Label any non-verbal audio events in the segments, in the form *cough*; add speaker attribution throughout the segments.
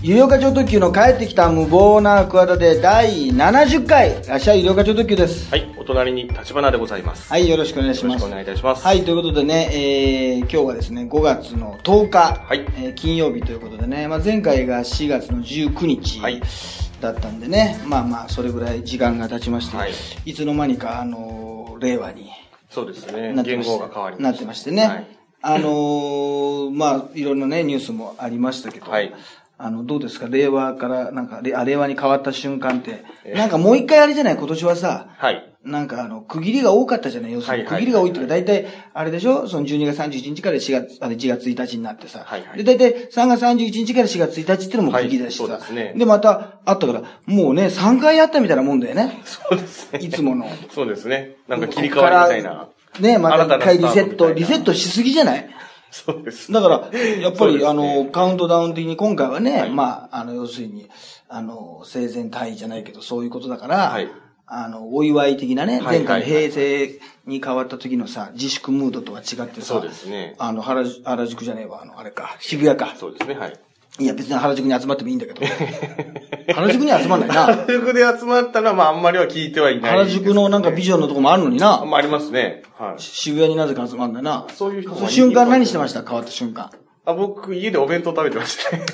Speaker 1: 有料課長特急の帰ってきた無謀な企て第70回らっしゃい有料課長特急です
Speaker 2: はい、お隣に立花でございます。
Speaker 1: はいよろしくお願いし
Speaker 2: よろ
Speaker 1: ま
Speaker 2: しく
Speaker 1: す
Speaker 2: お願いいたします。
Speaker 1: はい、ということでね、えー今日はですね、5月の10日、
Speaker 2: はい
Speaker 1: えー金曜日ということでね、まあ、前回が4月の19日
Speaker 2: はい
Speaker 1: だったんでね、まあまあ、それぐらい時間が経ちまして、
Speaker 2: はい
Speaker 1: い、つの間にか、あのー令和に
Speaker 2: そうですね
Speaker 1: な。って
Speaker 2: 言
Speaker 1: まし
Speaker 2: 語
Speaker 1: て
Speaker 2: が変わりました。
Speaker 1: なってましてね、
Speaker 2: はい
Speaker 1: あのーまあ、いろんなね、ニュースもありましたけど、
Speaker 2: はい
Speaker 1: あの、どうですか令和から、なんか、れあ令和に変わった瞬間って、
Speaker 2: え
Speaker 1: なんかもう一回あれじゃない今年はさ、
Speaker 2: はい。
Speaker 1: なんかあの、区切りが多かったじゃない要するに。
Speaker 2: はいは
Speaker 1: 区切
Speaker 2: い
Speaker 1: りが多いっていうか、大体、あれでしょその12月31日から4月、あれ1月1日になってさ。
Speaker 2: はいは
Speaker 1: で、
Speaker 2: い
Speaker 1: 大体3月31日から4月1日ってのも区切りだしさ。
Speaker 2: はいそうですね
Speaker 1: で、また、あったから、もうね、3回あったみたいなもんだよ
Speaker 2: *laughs*
Speaker 1: ね。
Speaker 2: そうですね。
Speaker 1: いつもの。
Speaker 2: そうですね。なんか切り替わりみたいな
Speaker 1: こ。こからね、また
Speaker 2: 新
Speaker 1: 一回
Speaker 2: たな
Speaker 1: リ
Speaker 2: ス
Speaker 1: セッ
Speaker 2: タートみ
Speaker 1: ト、
Speaker 2: たいな
Speaker 1: リセットしすぎじゃない
Speaker 2: そうです。
Speaker 1: だから、やっぱ
Speaker 2: そう
Speaker 1: り、
Speaker 2: ですね
Speaker 1: あの、カウントダウン的に今回はね、
Speaker 2: はい
Speaker 1: まあ、あの、要するに、あの、生前退位じゃないけど、そういうことだから、
Speaker 2: はい
Speaker 1: あの、お祝い的なね、
Speaker 2: はい
Speaker 1: 前回の
Speaker 2: はいはい
Speaker 1: 平成に変わった時のさ、自粛ムードとは違ってさ、
Speaker 2: そうですね
Speaker 1: あの、原宿原宿じゃねえわ、あの、あれか、渋谷か。
Speaker 2: そうですね、はい。
Speaker 1: いや、別に原宿に集まってもいいんだけど。
Speaker 2: *laughs*
Speaker 1: 原宿には集まんないな。
Speaker 2: 原宿で集まったのは、まあ、あんまりは聞いてはいない。
Speaker 1: 原宿のなんかビジョンのとこもあるのに
Speaker 2: あ
Speaker 1: な、
Speaker 2: まあ、ありますね。はい。
Speaker 1: 渋谷になぜか集まんないな。
Speaker 2: そういう人もいる
Speaker 1: の瞬間何してました変わった瞬間。
Speaker 2: あ、僕、家でお弁当食べてましたね。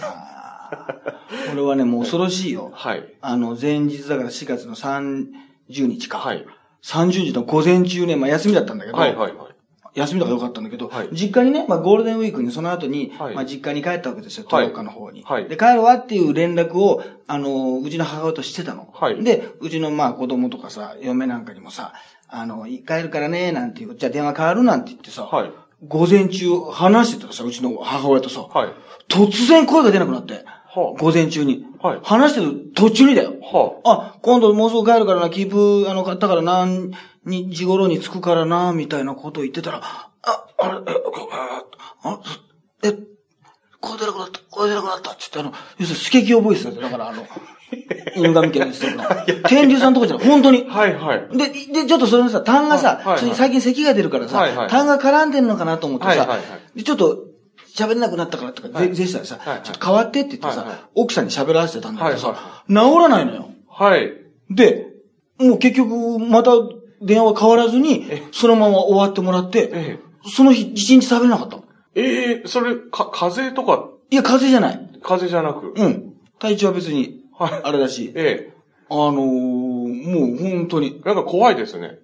Speaker 1: 俺はね、もう恐ろしいよ。
Speaker 2: はい。
Speaker 1: あの、前日だから4月の30日か。
Speaker 2: はい。
Speaker 1: 30日の午前中ね、まあ休みだったんだけど、
Speaker 2: はい、はい、はい。
Speaker 1: 休みだからよかったんだけど、
Speaker 2: はい
Speaker 1: 実家にね、まあゴールデンウィークにその後に、
Speaker 2: はい
Speaker 1: まあ実家に帰ったわけですよ、ト
Speaker 2: はい
Speaker 1: ロッカの方に。
Speaker 2: はい
Speaker 1: で、帰るわっていう連絡を、あの、うちの母親としてたの。
Speaker 2: はい
Speaker 1: で、うちのまあ子供とかさ、嫁なんかにもさ、あの、帰るからね、なんていう、じゃあ電話変わるなんて言ってさ、
Speaker 2: はい。
Speaker 1: 午前中話してたらさ、うちの母親とさ、
Speaker 2: はい。
Speaker 1: 突然声が出なくなって、
Speaker 2: は
Speaker 1: 午前中に、
Speaker 2: はい
Speaker 1: 話してる途中にだよ。
Speaker 2: あ。は
Speaker 1: あ、今度もうすぐ帰るからな、キープ、あの、買ったからな、に、時頃に着くからな、みたいなことを言ってたら、あ、あれ、え、あ、え、声出なくなった、声出なくなった、つって、あの、要するにスケキヨボイスだって、だからあ *laughs* の、犬神家のやつとかの、天竜さんのとこじゃない、本当に
Speaker 2: あ。。はい、はい。
Speaker 1: で、で、ちょっとそれのさ、痰がさ、
Speaker 2: はいはいはい
Speaker 1: ちょっと最近咳が出るからさ、
Speaker 2: はいはい
Speaker 1: 痰が絡んでんのかなと思ってさ、
Speaker 2: はいはいは
Speaker 1: で、ちょっと、喋れなくなったからとか、
Speaker 2: はい
Speaker 1: ぜ、ぜしたらさ、
Speaker 2: はいはい
Speaker 1: ちょっと変わってって言ってさ、
Speaker 2: はいはい
Speaker 1: 奥さんに喋らせてたんだけどさ、
Speaker 2: はい
Speaker 1: 治らないのよ。
Speaker 2: はい。
Speaker 1: で、もう結局、また電話は変わらずに、そのまま終わってもらって、
Speaker 2: え
Speaker 1: その日、一日喋れなかったの。
Speaker 2: え。ええ、それ、か、風邪とか、
Speaker 1: いや、風邪じゃない。
Speaker 2: 風邪じゃなく。
Speaker 1: うん。体調は別に、
Speaker 2: はい
Speaker 1: あれだし、
Speaker 2: え
Speaker 1: あのー、もう本当に、
Speaker 2: え。なんか怖いですね。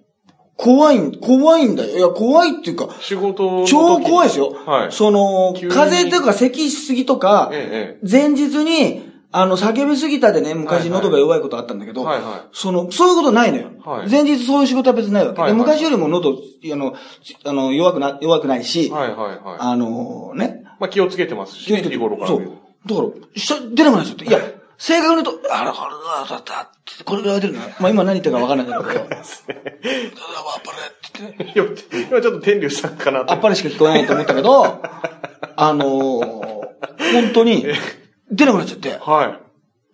Speaker 1: 怖いん、怖いんだよ。いや、怖いっていうか、
Speaker 2: 仕事の時
Speaker 1: 超怖いですよ。
Speaker 2: はい。
Speaker 1: その、
Speaker 2: 急
Speaker 1: 風
Speaker 2: に
Speaker 1: 邪というか咳しすぎとか、
Speaker 2: え
Speaker 1: 前日に、あの、叫びすぎたでね、昔喉が弱いことあったんだけ
Speaker 2: え、え
Speaker 1: ど、
Speaker 2: え。はいは
Speaker 1: その、そういうことないのよ。
Speaker 2: はい
Speaker 1: 前日そういう仕事は別にないわけ。で
Speaker 2: はいはい
Speaker 1: 昔よりも喉、あの、あの弱くな、弱くないし、
Speaker 2: い。はいはいはい。
Speaker 1: あのね、
Speaker 2: まあ気をつけてますしね、日頃から。
Speaker 1: そう。だから、しゃ出なくなっちゃって。いや、正確に言うと、あら、あら、だった、ってこれぐらい出るのよまあ今何言ってるかわかんないんだけど、あら、あっ *laughs* ぱれって言って、
Speaker 2: 今今ちょっと天竜さんかな
Speaker 1: あ
Speaker 2: と。
Speaker 1: っぱれしか聞こえないと思ったけど、あのー本当に、出なくなっちゃって。
Speaker 2: はい。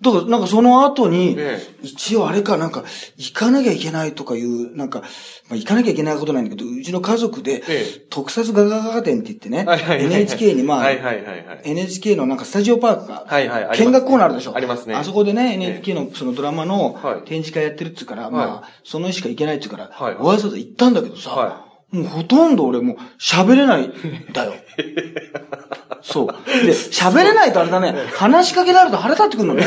Speaker 1: だから、なんかその後に、
Speaker 2: え
Speaker 1: 一応あれか、なんか、行かなきゃいけないとかいう、なんか、まあ、行かなきゃいけないことないんだけど、うちの家族で、
Speaker 2: え
Speaker 1: 特撮ガガガガ展って言ってね、
Speaker 2: はいはいはい
Speaker 1: NHK にまあ、
Speaker 2: はいはいはいはい。
Speaker 1: NHK のなんかスタジオパークが、
Speaker 2: はいはいあります
Speaker 1: 見学コーナーあるでしょ。
Speaker 2: ありますね
Speaker 1: あそこでね、
Speaker 2: え
Speaker 1: NHK のそのドラマの
Speaker 2: はい
Speaker 1: 展示会やってるっつうから、まあ、その日しか行けないっつうから、
Speaker 2: はい
Speaker 1: わざわざ行ったんだけどさ、
Speaker 2: は
Speaker 1: もうほとんど俺もう喋れないんだ
Speaker 2: *laughs*
Speaker 1: よ。そう。で、喋れないとあれだね、話しかけられると腹立ってくるのね。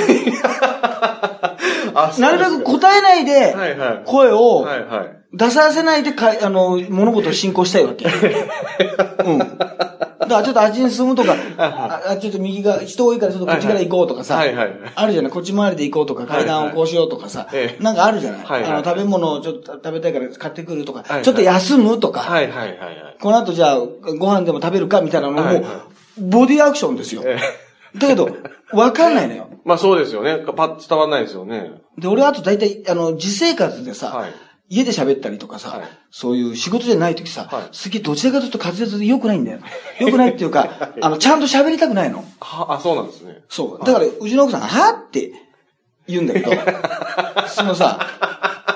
Speaker 2: あ
Speaker 1: なるべく答えない
Speaker 2: はい
Speaker 1: で、
Speaker 2: はい。
Speaker 1: 声を
Speaker 2: はいはい。
Speaker 1: 出させないでかい、あの、物事を進行したいわ
Speaker 2: *laughs*
Speaker 1: け。うん。だからちょっとあっちに進むとか、ああちょっと右が、人多いからちょっとこっちから行こうとかさ、
Speaker 2: はいはい。
Speaker 1: あるじゃないこっち回りで行こうとか、階段をこうしようとかさ
Speaker 2: はいはいえ、え
Speaker 1: なんかあるじゃな
Speaker 2: はい
Speaker 1: い
Speaker 2: はい
Speaker 1: あの、食べ物をちょっと食べたいから買ってくると
Speaker 2: はいは
Speaker 1: か、
Speaker 2: い
Speaker 1: ちょっと休むとか、
Speaker 2: はいはいはいはい。
Speaker 1: この後じゃあご飯でも食べるかみたいなの
Speaker 2: はい
Speaker 1: も
Speaker 2: は、
Speaker 1: ボディアクションですよ。
Speaker 2: ええ
Speaker 1: だけど、わかんないのよ。
Speaker 2: まあそうですよね。パッと伝わんないですよね。
Speaker 1: で、俺あと大体、あの、自生活でさ、
Speaker 2: はい
Speaker 1: 家で喋ったりとかさ、
Speaker 2: はい
Speaker 1: そういう仕事じゃない時さ、
Speaker 2: はい
Speaker 1: すげえどちらかというと滑舌で良くないんだよ。良くないっていう
Speaker 2: *laughs*
Speaker 1: か、あの、ちゃんと喋りたくないの。
Speaker 2: は、あ、そうなんですね。
Speaker 1: そう。だから、うちの奥さん、はって言うんだけ
Speaker 2: *laughs*
Speaker 1: ど、そのさ、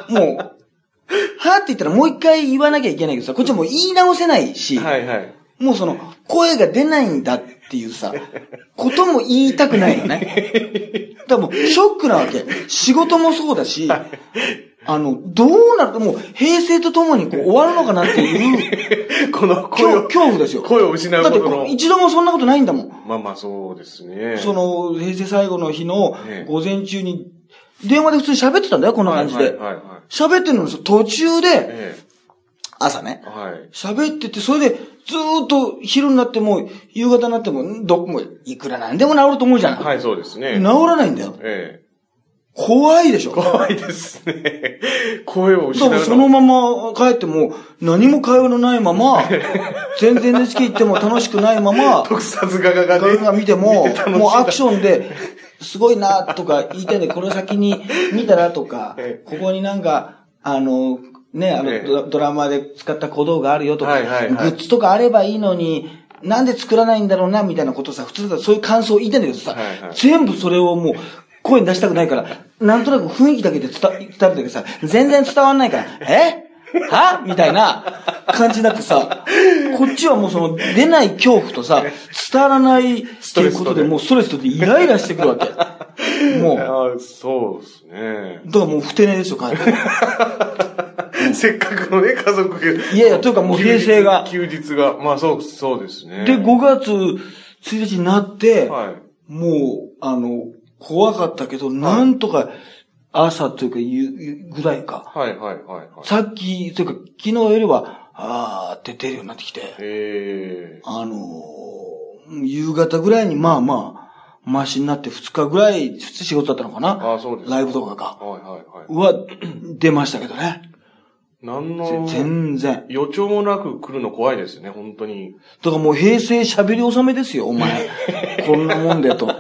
Speaker 1: もう、はって言ったらもう一回言わなきゃいけないけどさ、こっちはもう言い直せないし、
Speaker 2: はいはい。
Speaker 1: もうその、声が出ないんだっっていうさ、ことも言いたくないよね。だからもう、ショックなわけ。仕事もそうだし、あの、どうなるもう、平成とともにこう終わるのかなっていう、
Speaker 2: この声
Speaker 1: 恐
Speaker 2: を、
Speaker 1: 恐怖ですよ。
Speaker 2: 声を失う
Speaker 1: だ
Speaker 2: こ
Speaker 1: って
Speaker 2: と
Speaker 1: こ
Speaker 2: の
Speaker 1: う、。一度もそんなことないんだもん。
Speaker 2: まあまあそうですね。
Speaker 1: その、平成最後の日の
Speaker 2: ええ
Speaker 1: 午前中に、電話で普通に喋ってたんだよ、こんな
Speaker 2: はい
Speaker 1: 感じで。
Speaker 2: はいはいはい。
Speaker 1: 喋ってるのにさ、途中で、
Speaker 2: え
Speaker 1: 朝ね
Speaker 2: え。。はい。
Speaker 1: 喋ってて、それで、ずーっと昼になっても、夕方になっても、どこも、いくらなんでも治ると思うじゃない。
Speaker 2: はい、そうですね。
Speaker 1: 治らないんだよ。
Speaker 2: ええ。
Speaker 1: 怖いでしょ。
Speaker 2: 怖いですね。声を失
Speaker 1: 多
Speaker 2: うの。
Speaker 1: 分そのまま帰っても、何も会話のないま
Speaker 2: *laughs*
Speaker 1: ま、全然 NHK 行っても楽しくないまま、
Speaker 2: 特撮画家がね。
Speaker 1: 画が見ても、
Speaker 2: 楽しい
Speaker 1: もうアクションで、すごいなとか言いたいんで、この先に見たらとか
Speaker 2: *laughs* え、
Speaker 1: ここになんか、あの、ね、あ
Speaker 2: ええ
Speaker 1: のドラ、ドラマで使った小道があるよとか、
Speaker 2: は
Speaker 1: グ
Speaker 2: いはいはい
Speaker 1: ッズとかあればいいのに、なんで作らないんだろうな、みたいなことさ、普通だったらそういう感想言いたいんだけどさ
Speaker 2: はいはい、
Speaker 1: 全部それをもう、声に出したくないから、なんとなく雰囲気だけで伝わ伝わるんだけどさ、全然伝わんないから、えはみたいな感じになってさ、こっちはもうその出ない恐怖とさ、伝わらないっていうことで、もうストレスとでイライラしてくるわけ。もう、だか
Speaker 2: ああそうですね。
Speaker 1: らもう不定ねですよ、帰って。
Speaker 2: せっかくのね、家族が。
Speaker 1: いやいやというかもう平成が
Speaker 2: 休日休日が。まあそう、そうですね。
Speaker 1: で、5月1日になって、
Speaker 2: はい。
Speaker 1: もう、あの、怖かったけど、なんとか朝というか夕ぐらいか、
Speaker 2: はいはいはいはい。
Speaker 1: さっき、というか昨日よりは、あーって出るようになってきて、
Speaker 2: ええ
Speaker 1: あのー夕方ぐらいにまあまあ、マシになって2日ぐらい、普通仕事だったのかな
Speaker 2: ああ、そうです。
Speaker 1: ライブとかか。
Speaker 2: はいはいはい。
Speaker 1: は、 *clears throat* 出ましたけどね。
Speaker 2: 何
Speaker 1: ぜ
Speaker 2: の、
Speaker 1: 全然。
Speaker 2: 予兆もなく来るの怖いですね、本当に。
Speaker 1: だからもう平成喋り納めですよ、お
Speaker 2: *laughs*
Speaker 1: 前。こんなもんでと。もう。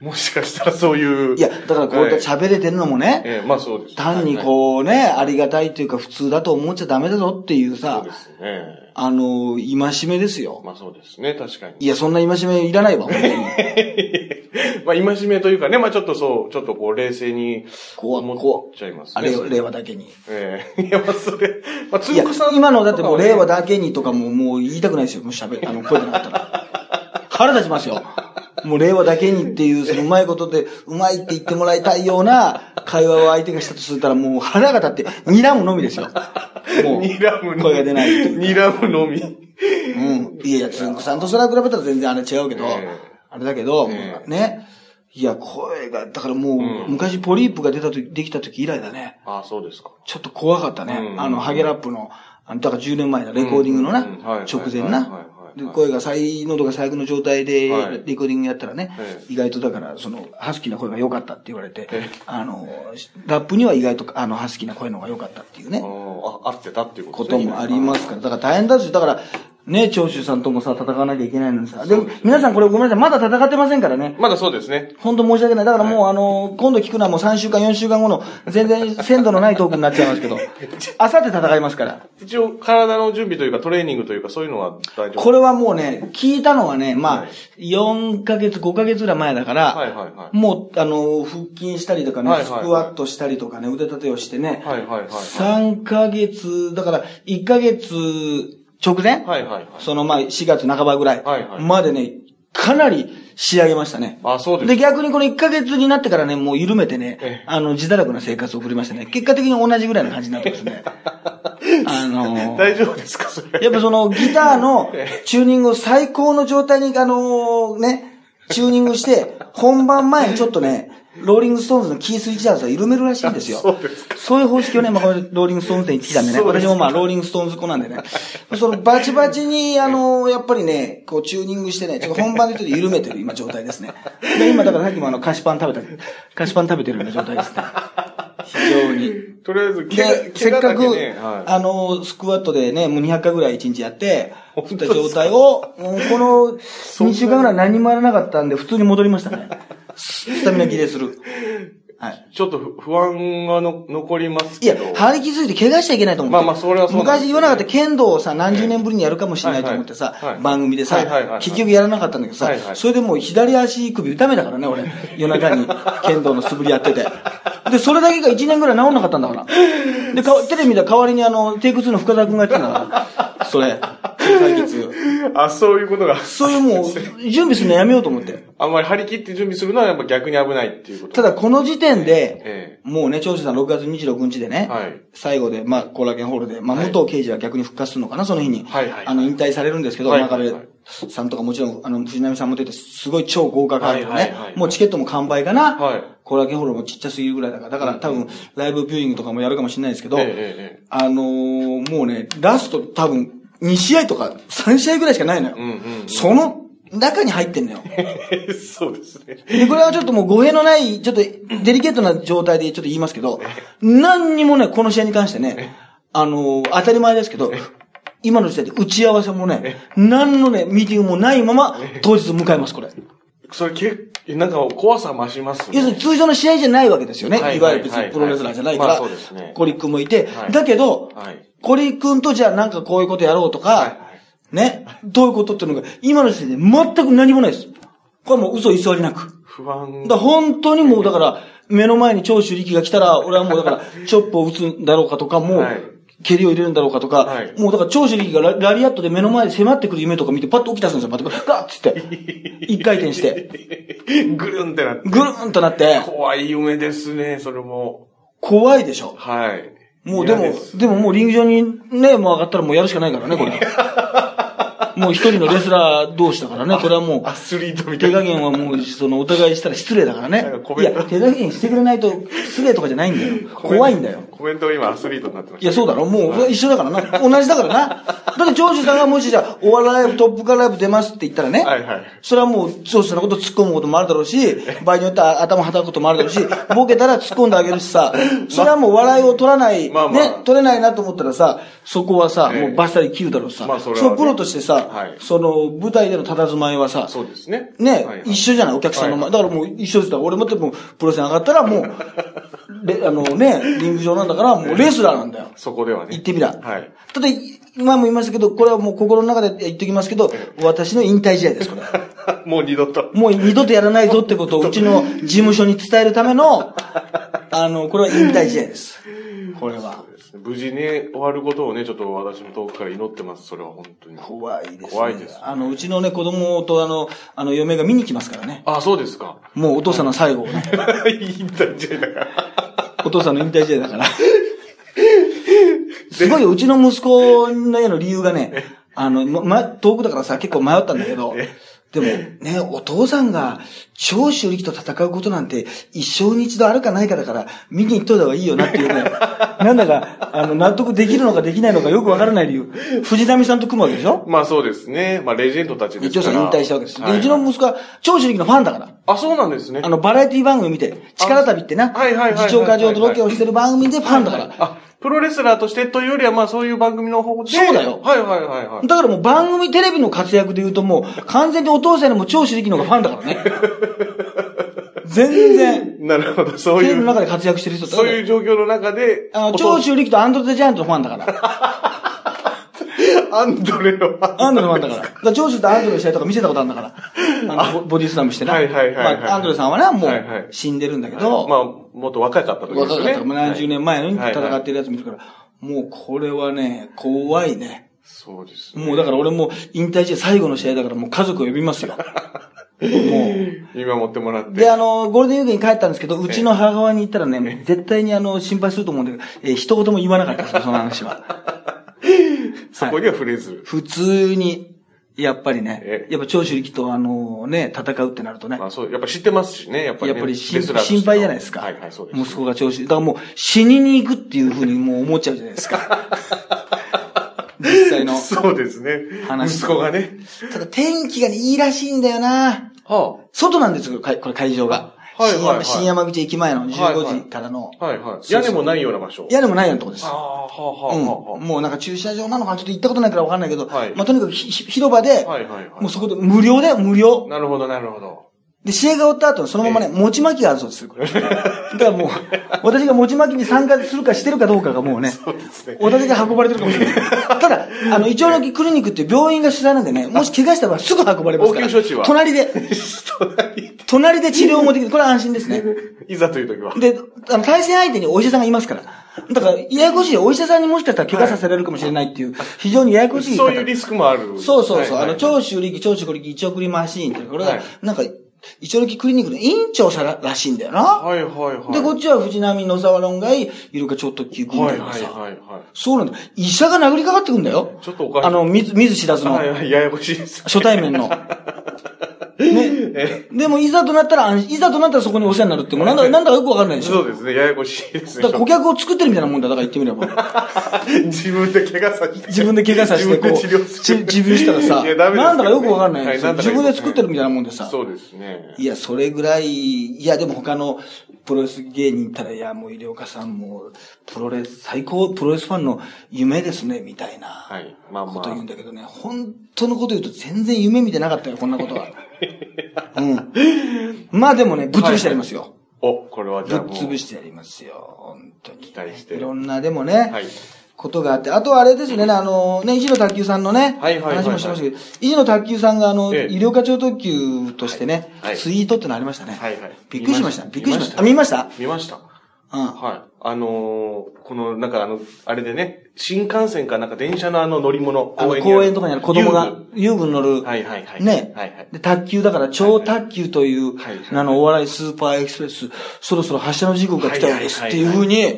Speaker 2: もしかしたらそういう。
Speaker 1: いや、だからこうやって
Speaker 2: はい
Speaker 1: 喋れてるのもね、
Speaker 2: ええまあそうです。
Speaker 1: 単にこうね、ありがたいというか普通だと思っちゃダメだぞっていう
Speaker 2: はい
Speaker 1: さ
Speaker 2: はい、そうですね。
Speaker 1: あのー、戒めですよ。
Speaker 2: まあそうですね、確かに。
Speaker 1: いや、そんな戒めいらないわ、本当に。
Speaker 2: *laughs* まあ、今しめというかね、まあちょっとそう、ちょっとこう、冷静に
Speaker 1: 怖
Speaker 2: 思
Speaker 1: 怖
Speaker 2: っちゃいます
Speaker 1: あ
Speaker 2: ね。
Speaker 1: れ、
Speaker 2: それ
Speaker 1: 令和だけに。
Speaker 2: ええい *laughs* や、まあそれ、まあ、つ
Speaker 1: いや
Speaker 2: んくさ、ん
Speaker 1: 今のだってもう令和
Speaker 2: だ。
Speaker 1: だけにとかももう言いたくないですよ。もう喋、あ
Speaker 2: *laughs*
Speaker 1: の、声じゃなかったら。腹立ちますよ。もう令和だけにっていう、そのうまいことで、うまいって言ってもらいたいような会話を相手がしたとするたら、もう腹が立って、睨むのみですよ。
Speaker 2: *laughs*
Speaker 1: もう、
Speaker 2: 睨むのみ。
Speaker 1: 声が出ないっていう
Speaker 2: 睨むのみ。
Speaker 1: う
Speaker 2: *laughs*
Speaker 1: ん。いやいや、つんくさんとそれは比べたら全然あれ違うけど、
Speaker 2: ええ
Speaker 1: あれだけど、
Speaker 2: ええ
Speaker 1: ね。いや、声が、だからもう、
Speaker 2: うん
Speaker 1: 昔ポリープが出たとき、できたとき以来だね。
Speaker 2: ああ、そうですか。
Speaker 1: ちょっと怖かったね。
Speaker 2: うん
Speaker 1: あの、ハゲラップの、あの、だから10年前のレコーディングのな、
Speaker 2: うんうんはいはい
Speaker 1: 直前
Speaker 2: はいはい
Speaker 1: な。
Speaker 2: はい
Speaker 1: で、声が最、喉が最悪の状態で、
Speaker 2: はい
Speaker 1: レコーディングやったらね、
Speaker 2: ええ
Speaker 1: 意外とだから、その、ハスキーな声が良かったって言われて、
Speaker 2: ええ
Speaker 1: あの、ラップには意外と、あの、ハスキーな声の方が良かったっていうね。
Speaker 2: ああ、合ってたっていうこ
Speaker 1: ことと
Speaker 2: ですね
Speaker 1: もありますから。だから大変だし、だから、ね、長州さんともさ、戦わなきゃいけないのにさ。でも、皆さんこれごめんなさい、まだ戦ってませんからね。
Speaker 2: まだそうですね。
Speaker 1: 本当申し訳ない。だからもう、あの、今度聞くのはもう3週間、4週間後の、全然鮮度のないトークになっちゃいます
Speaker 2: *laughs*
Speaker 1: けど、あさって戦いますから。
Speaker 2: 一応、体の準備というか、トレーニングというか、そういうのは大丈夫
Speaker 1: これはもうね、聞いたのはね、まあ
Speaker 2: は、
Speaker 1: 4ヶ月、5ヶ月ぐらい前だか
Speaker 2: はい
Speaker 1: ら、
Speaker 2: はいはい。
Speaker 1: もう、あの、腹筋したりとかね
Speaker 2: はい、はい
Speaker 1: ス
Speaker 2: はい
Speaker 1: クワットしたりとかね、腕立てをしてね、
Speaker 2: はいはいはいは
Speaker 1: 3ヶ月、だから、1ヶ月直前
Speaker 2: い。はいはいはい。
Speaker 1: そのまあ4月半ばぐらい
Speaker 2: はいはい
Speaker 1: までね、かなり仕上げましたね。
Speaker 2: あ、そうです
Speaker 1: で、逆にこの1ヶ月になってからね、もう緩めてね
Speaker 2: ええ、
Speaker 1: あの、自堕落な生活を送りましたね。結果的に同じぐらいの感じになってますね。
Speaker 2: *laughs*
Speaker 1: あのー
Speaker 2: 大丈夫ですかそれ。
Speaker 1: やっぱそのギター
Speaker 2: *laughs*
Speaker 1: のチューニングを最高の状態に、あのーね、チューニングして、本番前にちょっとね、ローリングストーンズのキース・リチャーズは緩めるらしいんですよ。
Speaker 2: そうですか
Speaker 1: そういう方式をね、まあ、これローリングストーンズに行ってきたんでね。
Speaker 2: そうで
Speaker 1: 私
Speaker 2: す
Speaker 1: もまあ、ローリングストーンズ子なんでね。その、バチバチに、あの、やっぱりね、こう、チューニングしてね、ちょっと本番でちょっと緩めてる今状態ですね。で、今だからさっきもあの、菓子パン食べた、菓子パン食べてるような状態ですね。非常に。
Speaker 2: とりあえず、怪我
Speaker 1: で、せっ
Speaker 2: 怪
Speaker 1: か
Speaker 2: 我だ
Speaker 1: く、
Speaker 2: けねはい
Speaker 1: あの、スクワットでね、もう200回ぐらい1日やって、
Speaker 2: 本
Speaker 1: 振
Speaker 2: 当
Speaker 1: っ
Speaker 2: で
Speaker 1: た
Speaker 2: すか
Speaker 1: 状態を、もうこの2週間ぐらい何もやらなかったんで、普通に戻りましたね。スタミナ切れする。はい。
Speaker 2: ちょっと不不安がの残ります
Speaker 1: い
Speaker 2: け
Speaker 1: や
Speaker 2: ど。、
Speaker 1: 張り切りすぎて怪我しちゃいけないと思って。
Speaker 2: まあまあそれはそうなんです
Speaker 1: 昔言わなかった剣道をさ、何十年ぶりにやるかもしれないと思って
Speaker 2: はいはい
Speaker 1: さ
Speaker 2: は、い
Speaker 1: 番組で
Speaker 2: はいはいはいは
Speaker 1: さ
Speaker 2: い、
Speaker 1: 結局やらなかったんだけどさ
Speaker 2: はいは、い
Speaker 1: それでもう左足首痛めたからね、俺。夜中に剣道の素振りやってて。で、それだけが1年ぐらい治んなかったんだから。で、かテレビで代わりにあの、テイク2の深澤君がやってたんだから。それ。
Speaker 2: *laughs*
Speaker 1: 解決。
Speaker 2: あ、そういうことが。
Speaker 1: そういうもう、準備するのやめようと思って。
Speaker 2: あんまり張り切って準備するのはやっぱ逆に危ないっていうこと。
Speaker 1: ただ、この時点で、
Speaker 2: え
Speaker 1: もうね、長州さん6月26日で
Speaker 2: え
Speaker 1: ね、
Speaker 2: はい。
Speaker 1: 最後で、まあ、コラケンホールで、まあ、
Speaker 2: はい
Speaker 1: 武藤刑事は逆に復活するのかな、その日に。
Speaker 2: はいはいはい
Speaker 1: あの、引退されるんですけど、
Speaker 2: はい
Speaker 1: 中
Speaker 2: はい
Speaker 1: 部さんとかもちろん、あの、藤波さんも出て、すごい超豪華カード
Speaker 2: はいは
Speaker 1: ね
Speaker 2: いはいは。い
Speaker 1: もうチケットも完売かな。
Speaker 2: はい
Speaker 1: コラケンホールもちっちゃすぎるぐらいだから、だから多分、ライブビューイングとかもやるかもしれないですけど、
Speaker 2: ええええ
Speaker 1: あのーもうね、ラスト多分、2試合とか3試合ぐらいしかないのよ。
Speaker 2: ええうんうん
Speaker 1: その中に入ってんのよ。
Speaker 2: え *laughs* え。そうですね。
Speaker 1: で、これはちょっともう語弊のない、ちょっとデリケートな状態でちょっと言いますけど、何にもね、この試合に関してね、あのー当たり前ですけど、今の時点で打ち合わせもね、何のね、ミーティングもないまま、当日迎えます、これ。
Speaker 2: それ結構、なんか怖さ増しますね。
Speaker 1: 要するに通常の試合じゃないわけですよね。
Speaker 2: はい
Speaker 1: いわゆる別にプロレスラーじゃないか
Speaker 2: ま
Speaker 1: ら
Speaker 2: あそうですね、
Speaker 1: コリ君もいて
Speaker 2: は、い
Speaker 1: だけど、
Speaker 2: はい。
Speaker 1: コリ君とじゃあなんかこういうことやろうと
Speaker 2: はい
Speaker 1: か
Speaker 2: は、
Speaker 1: ね、どういうことっていうのが、今の時点で全く何もないです。これはもう嘘偽りなく。
Speaker 2: 不安。
Speaker 1: だから本当にもうだから、目の前に長州力が来たら、俺はもうだから、チョップを打つんだろうかとか、もう
Speaker 2: はい、
Speaker 1: 蹴りを入れるんだろうかと
Speaker 2: は
Speaker 1: か
Speaker 2: い、
Speaker 1: もうだから長州力がララリアットで目の前で迫ってくる夢とか見て、パッと起き出すんですよ、パッと。ガッつって。一回転して、
Speaker 2: *laughs* ぐるんってなって。
Speaker 1: ぐるーんとなって、
Speaker 2: 怖い夢ですね、それも。
Speaker 1: 怖いでしょ。
Speaker 2: はい。
Speaker 1: もうでも
Speaker 2: 嫌す、
Speaker 1: でももうリング上にね、もう上がったらもうやるしかないからね、これ。もう一人のレスラー同士だからね、これはもう。
Speaker 2: アスリートみた
Speaker 1: 手
Speaker 2: いな。
Speaker 1: 加減はもう、その、お互いしたら失礼だからね
Speaker 2: なんかコ。
Speaker 1: い
Speaker 2: メン
Speaker 1: や
Speaker 2: ト、
Speaker 1: 手加減してくれないと失礼とかじゃないんだよ。怖いんだよ。
Speaker 2: コメントが今アスリートになってま
Speaker 1: い
Speaker 2: し
Speaker 1: や、そうだろもう、一緒だからな。同じだからな。だって、長州さんがもしじゃあ、お笑いライブ、トップカーライブ出ますって言ったらね。
Speaker 2: た。はいはい。
Speaker 1: それはもう、長州さんのこと突っ込むこともあるだろうし、場合によっては頭叩くこともあるだろうし、ボケたら突っ込んであげるしさ、それはもう笑いを取らない、
Speaker 2: まあまあ
Speaker 1: ね、取れないなと思ったらさ、そこはさ、
Speaker 2: ええ
Speaker 1: もうバッサリ切るだろうしさ、
Speaker 2: まあそれはね
Speaker 1: のプロとしてさ、
Speaker 2: はい
Speaker 1: その舞台での佇まいはさ、
Speaker 2: そうですね。
Speaker 1: ね、
Speaker 2: はいはい
Speaker 1: 一緒じゃないお客さんの前。
Speaker 2: はい
Speaker 1: だからもう一緒ですだから俺もってもうプロレスに上がったらもう、 *laughs* であのね、リング上なんだからもうレスラーなんだよ。
Speaker 2: そこではね。
Speaker 1: 言ってみりゃ。
Speaker 2: はい。 *laughs*
Speaker 1: ただ、今も言いましたけど、これはもう心の中で言っておきますけど、私の引退試合です、これ。
Speaker 2: もう二度と。
Speaker 1: もう二度とやらないぞってことをうちの事務所に伝えるための、あの、これは引退試合です。これは。
Speaker 2: 無事に終わることをね、ちょっと私も遠くから祈ってます。それは本当に。
Speaker 1: 怖いです、ね。
Speaker 2: 怖いですね
Speaker 1: あの、うちのね、子供とあの、あの、嫁が見に来ますからね。
Speaker 2: あ、そうです *laughs* か。
Speaker 1: もうお父さんの最後をね。
Speaker 2: いいんだじゃない
Speaker 1: お父さんの引退試合だ
Speaker 2: *laughs*
Speaker 1: から。すごい、うちの息子の家の理由がね、あの、ま、ま遠くだからさ、結構迷ったんだけど、でもね、お父さんが長州力と戦うことなんて一生に一度あるかないかだから、見に行っといた方がいいよなっていう
Speaker 2: *laughs*
Speaker 1: ね、なんだか、あの、納得できるのかできないのかよくわからない理由。藤波さんと組むわけでしょ
Speaker 2: まあそうですね。まあレジェンドたちです
Speaker 1: 長
Speaker 2: か
Speaker 1: 州
Speaker 2: ら。
Speaker 1: さん引退したわけです。
Speaker 2: は
Speaker 1: で、
Speaker 2: いう
Speaker 1: ちの息子は長州力のファンだから。
Speaker 2: あ、そうなんですね。
Speaker 1: あの、バラエティ番組見て、力旅ってな、
Speaker 2: あはいはいはいはいはい
Speaker 1: 次長課長とロケをしてる番組でファンだから。
Speaker 2: あ、プロレスラーとしてというよりは、まあそういう番組の方で。
Speaker 1: そうだよ
Speaker 2: はいはいはいはい。
Speaker 1: だからもう番組テレビの活躍で言うともう、完全にお父さんにも長州力の方がファンだからね。
Speaker 2: *laughs*
Speaker 1: 全然、
Speaker 2: なるほど、
Speaker 1: テ
Speaker 2: そう
Speaker 1: レビ
Speaker 2: い
Speaker 1: の中
Speaker 2: う、
Speaker 1: で活躍してる人って
Speaker 2: そういう状況の中で、
Speaker 1: あの、
Speaker 2: お父
Speaker 1: 長州力とアンドレ・ザジャイアントのファンだから。
Speaker 2: *laughs* アンドレの、
Speaker 1: アンドレのファンだから。だから長州とアンドレの試合とか見せたことあるんだから。あの、ボボディスラムしてな。
Speaker 2: はいはいはいはい
Speaker 1: まあアンドレさんはね、も
Speaker 2: はいはいう
Speaker 1: 死んでるんだけ
Speaker 2: まあ
Speaker 1: ど、、
Speaker 2: もっと若かった時です
Speaker 1: 若
Speaker 2: よ
Speaker 1: かった
Speaker 2: ね。
Speaker 1: から、もう何十年前のに
Speaker 2: はいはい
Speaker 1: 戦ってるやつ見るから、もうこれはね、怖いね。
Speaker 2: そうですね。
Speaker 1: もうだから俺もう引退して最後の試合だからもう家族を呼びます
Speaker 2: *laughs*
Speaker 1: よ。もう。
Speaker 2: 見守ってもらって。
Speaker 1: で、あの、ゴールデンウィークに帰ったんですけど、うちの母親に言ったらね、絶対にあの、心配すると思うんだけど、えー一言も言わなかった
Speaker 2: *laughs*
Speaker 1: ですその話は。
Speaker 2: そこには触れず。
Speaker 1: 普通に、やっぱりね
Speaker 2: え、
Speaker 1: やっぱ長州力とあの、ね、戦うってなるとね
Speaker 2: ま、あそう、やっぱ知ってますしね、やっぱり
Speaker 1: や
Speaker 2: ね、
Speaker 1: っぱり心
Speaker 2: レスラーとして
Speaker 1: 心
Speaker 2: の
Speaker 1: 配じゃないですか。
Speaker 2: はいはい、そうです。
Speaker 1: 息子が長州力。だからもう死にに行くっていうふうにもう思っちゃうじゃないです
Speaker 2: *laughs*
Speaker 1: か。実際の。
Speaker 2: そうですね。
Speaker 1: 話
Speaker 2: 息子がね。
Speaker 1: ただ天気がねいいらしいんだよな
Speaker 2: は
Speaker 1: 外なんですよ、これこれ会場が。
Speaker 2: はいはいはい
Speaker 1: 新山新山口駅前の
Speaker 2: はいは
Speaker 1: 15
Speaker 2: い
Speaker 1: 時からの、
Speaker 2: あ、はいはい。屋根もないような場所。
Speaker 1: 屋根もないようなとこです
Speaker 2: あ。あ、はあはあは
Speaker 1: うん、もうなんか駐車場なのかなちょっと行ったことないからわかんないけど、
Speaker 2: はい
Speaker 1: まあとにかくひひ広場で、
Speaker 2: あ。はいはいは
Speaker 1: もうそこで無料だよ、無料
Speaker 2: い。。なるほど、なるほど。
Speaker 1: で、試合が終わった後、そのままね、餅巻きがあるそうですよ、これ。だからもう、私が餅巻きに参加するかしてるかどうかがもうね、
Speaker 2: そうですね。
Speaker 1: 私が運ばれてるかもしれない。ただ、あの、胃腸のクリニックっていう病院が主催なんでね、もし怪我したらすぐ運ばれますから。
Speaker 2: 応急処置は
Speaker 1: 隣で、
Speaker 2: 隣で
Speaker 1: 隣で治療もできる。これは安心ですね。
Speaker 2: *laughs* いざという時は。
Speaker 1: で、あの、対戦相手にお医者さんがいますから。だから、ややこしい。お医者さんにもしかしたら怪我させられるかもしれないっていう、非常にややこしい言い方。
Speaker 2: そういうリスクもある。
Speaker 1: そうそうそう。
Speaker 2: はい
Speaker 1: あ
Speaker 2: は
Speaker 1: の、
Speaker 2: い
Speaker 1: 長州力、長州力、一億力マシーンって、これ
Speaker 2: は
Speaker 1: が
Speaker 2: い、
Speaker 1: なんか、一億力クリニックの院長さららしいんだよな。
Speaker 2: はいはいはい。
Speaker 1: で、こっちは藤波野沢論外、イルカ超特急軍
Speaker 2: はい
Speaker 1: 団
Speaker 2: は
Speaker 1: が
Speaker 2: い
Speaker 1: さ。
Speaker 2: はいは
Speaker 1: そうなんだ。医者が殴りかかってくんだよ
Speaker 2: い。。ちょっとおかしい。
Speaker 1: あの、見ず、見ず知らずの
Speaker 2: は、いはい、ややこしいです。
Speaker 1: 初対面
Speaker 2: *laughs*
Speaker 1: の。ね。でも、いざとなったら安心、いざとなったらそこにお世話になるって、もうなんだか、なんだかよくわかんないでしょ。
Speaker 2: そうですね、ややこしいですね
Speaker 1: だ。から顧客を作ってるみたいなもんだ。だから言ってみれば。
Speaker 2: *laughs* 自分で怪我させて。
Speaker 1: 自分で怪我させて、こう、
Speaker 2: 自分で治療する
Speaker 1: ち自分したらさ、
Speaker 2: いやダメですよね
Speaker 1: なんだかよくわかんない
Speaker 2: は
Speaker 1: で
Speaker 2: い
Speaker 1: すよ。
Speaker 2: なんだ
Speaker 1: 自
Speaker 2: かよく
Speaker 1: 分で作ってるみたいなもんでさ。
Speaker 2: そうですね。
Speaker 1: いや、それぐらい、いや、でも他のプロレス芸人ったら、いや、もう医療家さんも、プロレス、最高、プロレスファンの夢ですね、みたい
Speaker 2: は。
Speaker 1: ない
Speaker 2: まあ
Speaker 1: こ
Speaker 2: ま
Speaker 1: と言うん
Speaker 2: あ。
Speaker 1: だけどね、本当のこと言うと全然夢見てなかったよ、こんな
Speaker 2: *laughs*
Speaker 1: ことは。うん。まあでもね、ぶっ潰してやりますよ。
Speaker 2: お、これはじ
Speaker 1: ぶ
Speaker 2: ゃ
Speaker 1: っ
Speaker 2: あもう。
Speaker 1: 潰してやりますよ、本当に。
Speaker 2: 期待して
Speaker 1: いろんな、でもね、
Speaker 2: はい
Speaker 1: ことがあって、あとはあれですよね、あの、ね、石野卓球さんのね、
Speaker 2: はいはいはいはい
Speaker 1: 話もしましたけど、石野卓球さんが、あの、
Speaker 2: ええ
Speaker 1: 医療課長特急としてね、
Speaker 2: はい
Speaker 1: ツイートってのありましたね。
Speaker 2: はいはい。
Speaker 1: びっくりしました。
Speaker 2: 見
Speaker 1: びっくりしました。あ、見ました
Speaker 2: 見ました。
Speaker 1: うん。
Speaker 2: はい。あのー、この、なんかあの、あれでね、新幹線かなんか電車のあの乗り物、
Speaker 1: あの
Speaker 2: にる
Speaker 1: 公園とかにある子供が遊具に乗る。
Speaker 2: はいはいはい
Speaker 1: ね。
Speaker 2: はいはい
Speaker 1: で、卓球だから、超卓球という、
Speaker 2: はいはい
Speaker 1: あの、お笑いスーパーエクスプレス、そろそろ発車の時刻が来たようですっ
Speaker 2: はい
Speaker 1: て
Speaker 2: はい
Speaker 1: い
Speaker 2: は
Speaker 1: う
Speaker 2: いはい
Speaker 1: ふう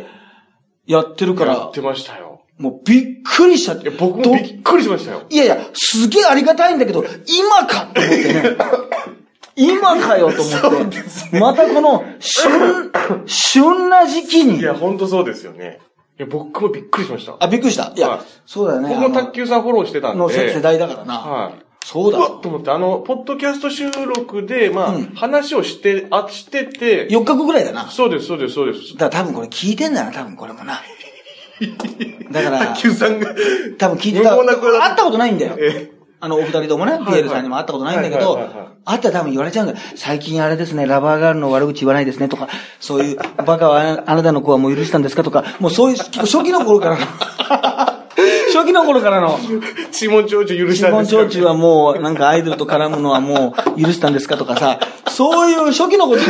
Speaker 1: に、やってるか
Speaker 2: や
Speaker 1: ら
Speaker 2: っ、てましたよ。
Speaker 1: もうびっくりしちゃっ
Speaker 2: い
Speaker 1: て。
Speaker 2: や、僕
Speaker 1: ど
Speaker 2: もびっくりしましたよ。
Speaker 1: いやいや、すげえありがたいんだけど、今かと思ってね。今かよと思って。またこの、旬、旬な時期
Speaker 2: い
Speaker 1: に。
Speaker 2: や、ほんとそうですよね。いや、僕もびっくりしました。
Speaker 1: あ、びっくりした。い
Speaker 2: はい
Speaker 1: や、そうだよね。
Speaker 2: 僕も
Speaker 1: あの
Speaker 2: 卓球さんフォローしてたんで。
Speaker 1: の世世代だからな。
Speaker 2: はい。
Speaker 1: そうだ
Speaker 2: う。わっと思って、あの、ポッドキャスト収録で、まあ、話をして、あ、してて、
Speaker 1: 4日後ぐらいだな。
Speaker 2: そうです、そうです、そうです。
Speaker 1: だから多分これ聞いてんだな、多分これもな。だから、
Speaker 2: *laughs* 卓球さんが、
Speaker 1: 多分聞いてた。
Speaker 2: 無謀な声だ
Speaker 1: 会ったことないんだよ
Speaker 2: え。
Speaker 1: あの、お二人ともね、
Speaker 2: い
Speaker 1: ピエールさんにも会ったことないんだけど
Speaker 2: はいはいはいはい、
Speaker 1: 会ったら多分言われちゃうんだよ。最近あれですね、ラバーガールの悪口言わないですねとか、そういう、バカはああなたの子はもう許したんですかとか、もうそういう、結構初期の頃
Speaker 2: *laughs*
Speaker 1: からの、初期の頃からの、
Speaker 2: 指紋長寿許し
Speaker 1: 新
Speaker 2: たん
Speaker 1: 聞
Speaker 2: ですか
Speaker 1: 長中はもう、なんかアイドルと絡むのはもう許したんですかとかさ、そういう初期のこと、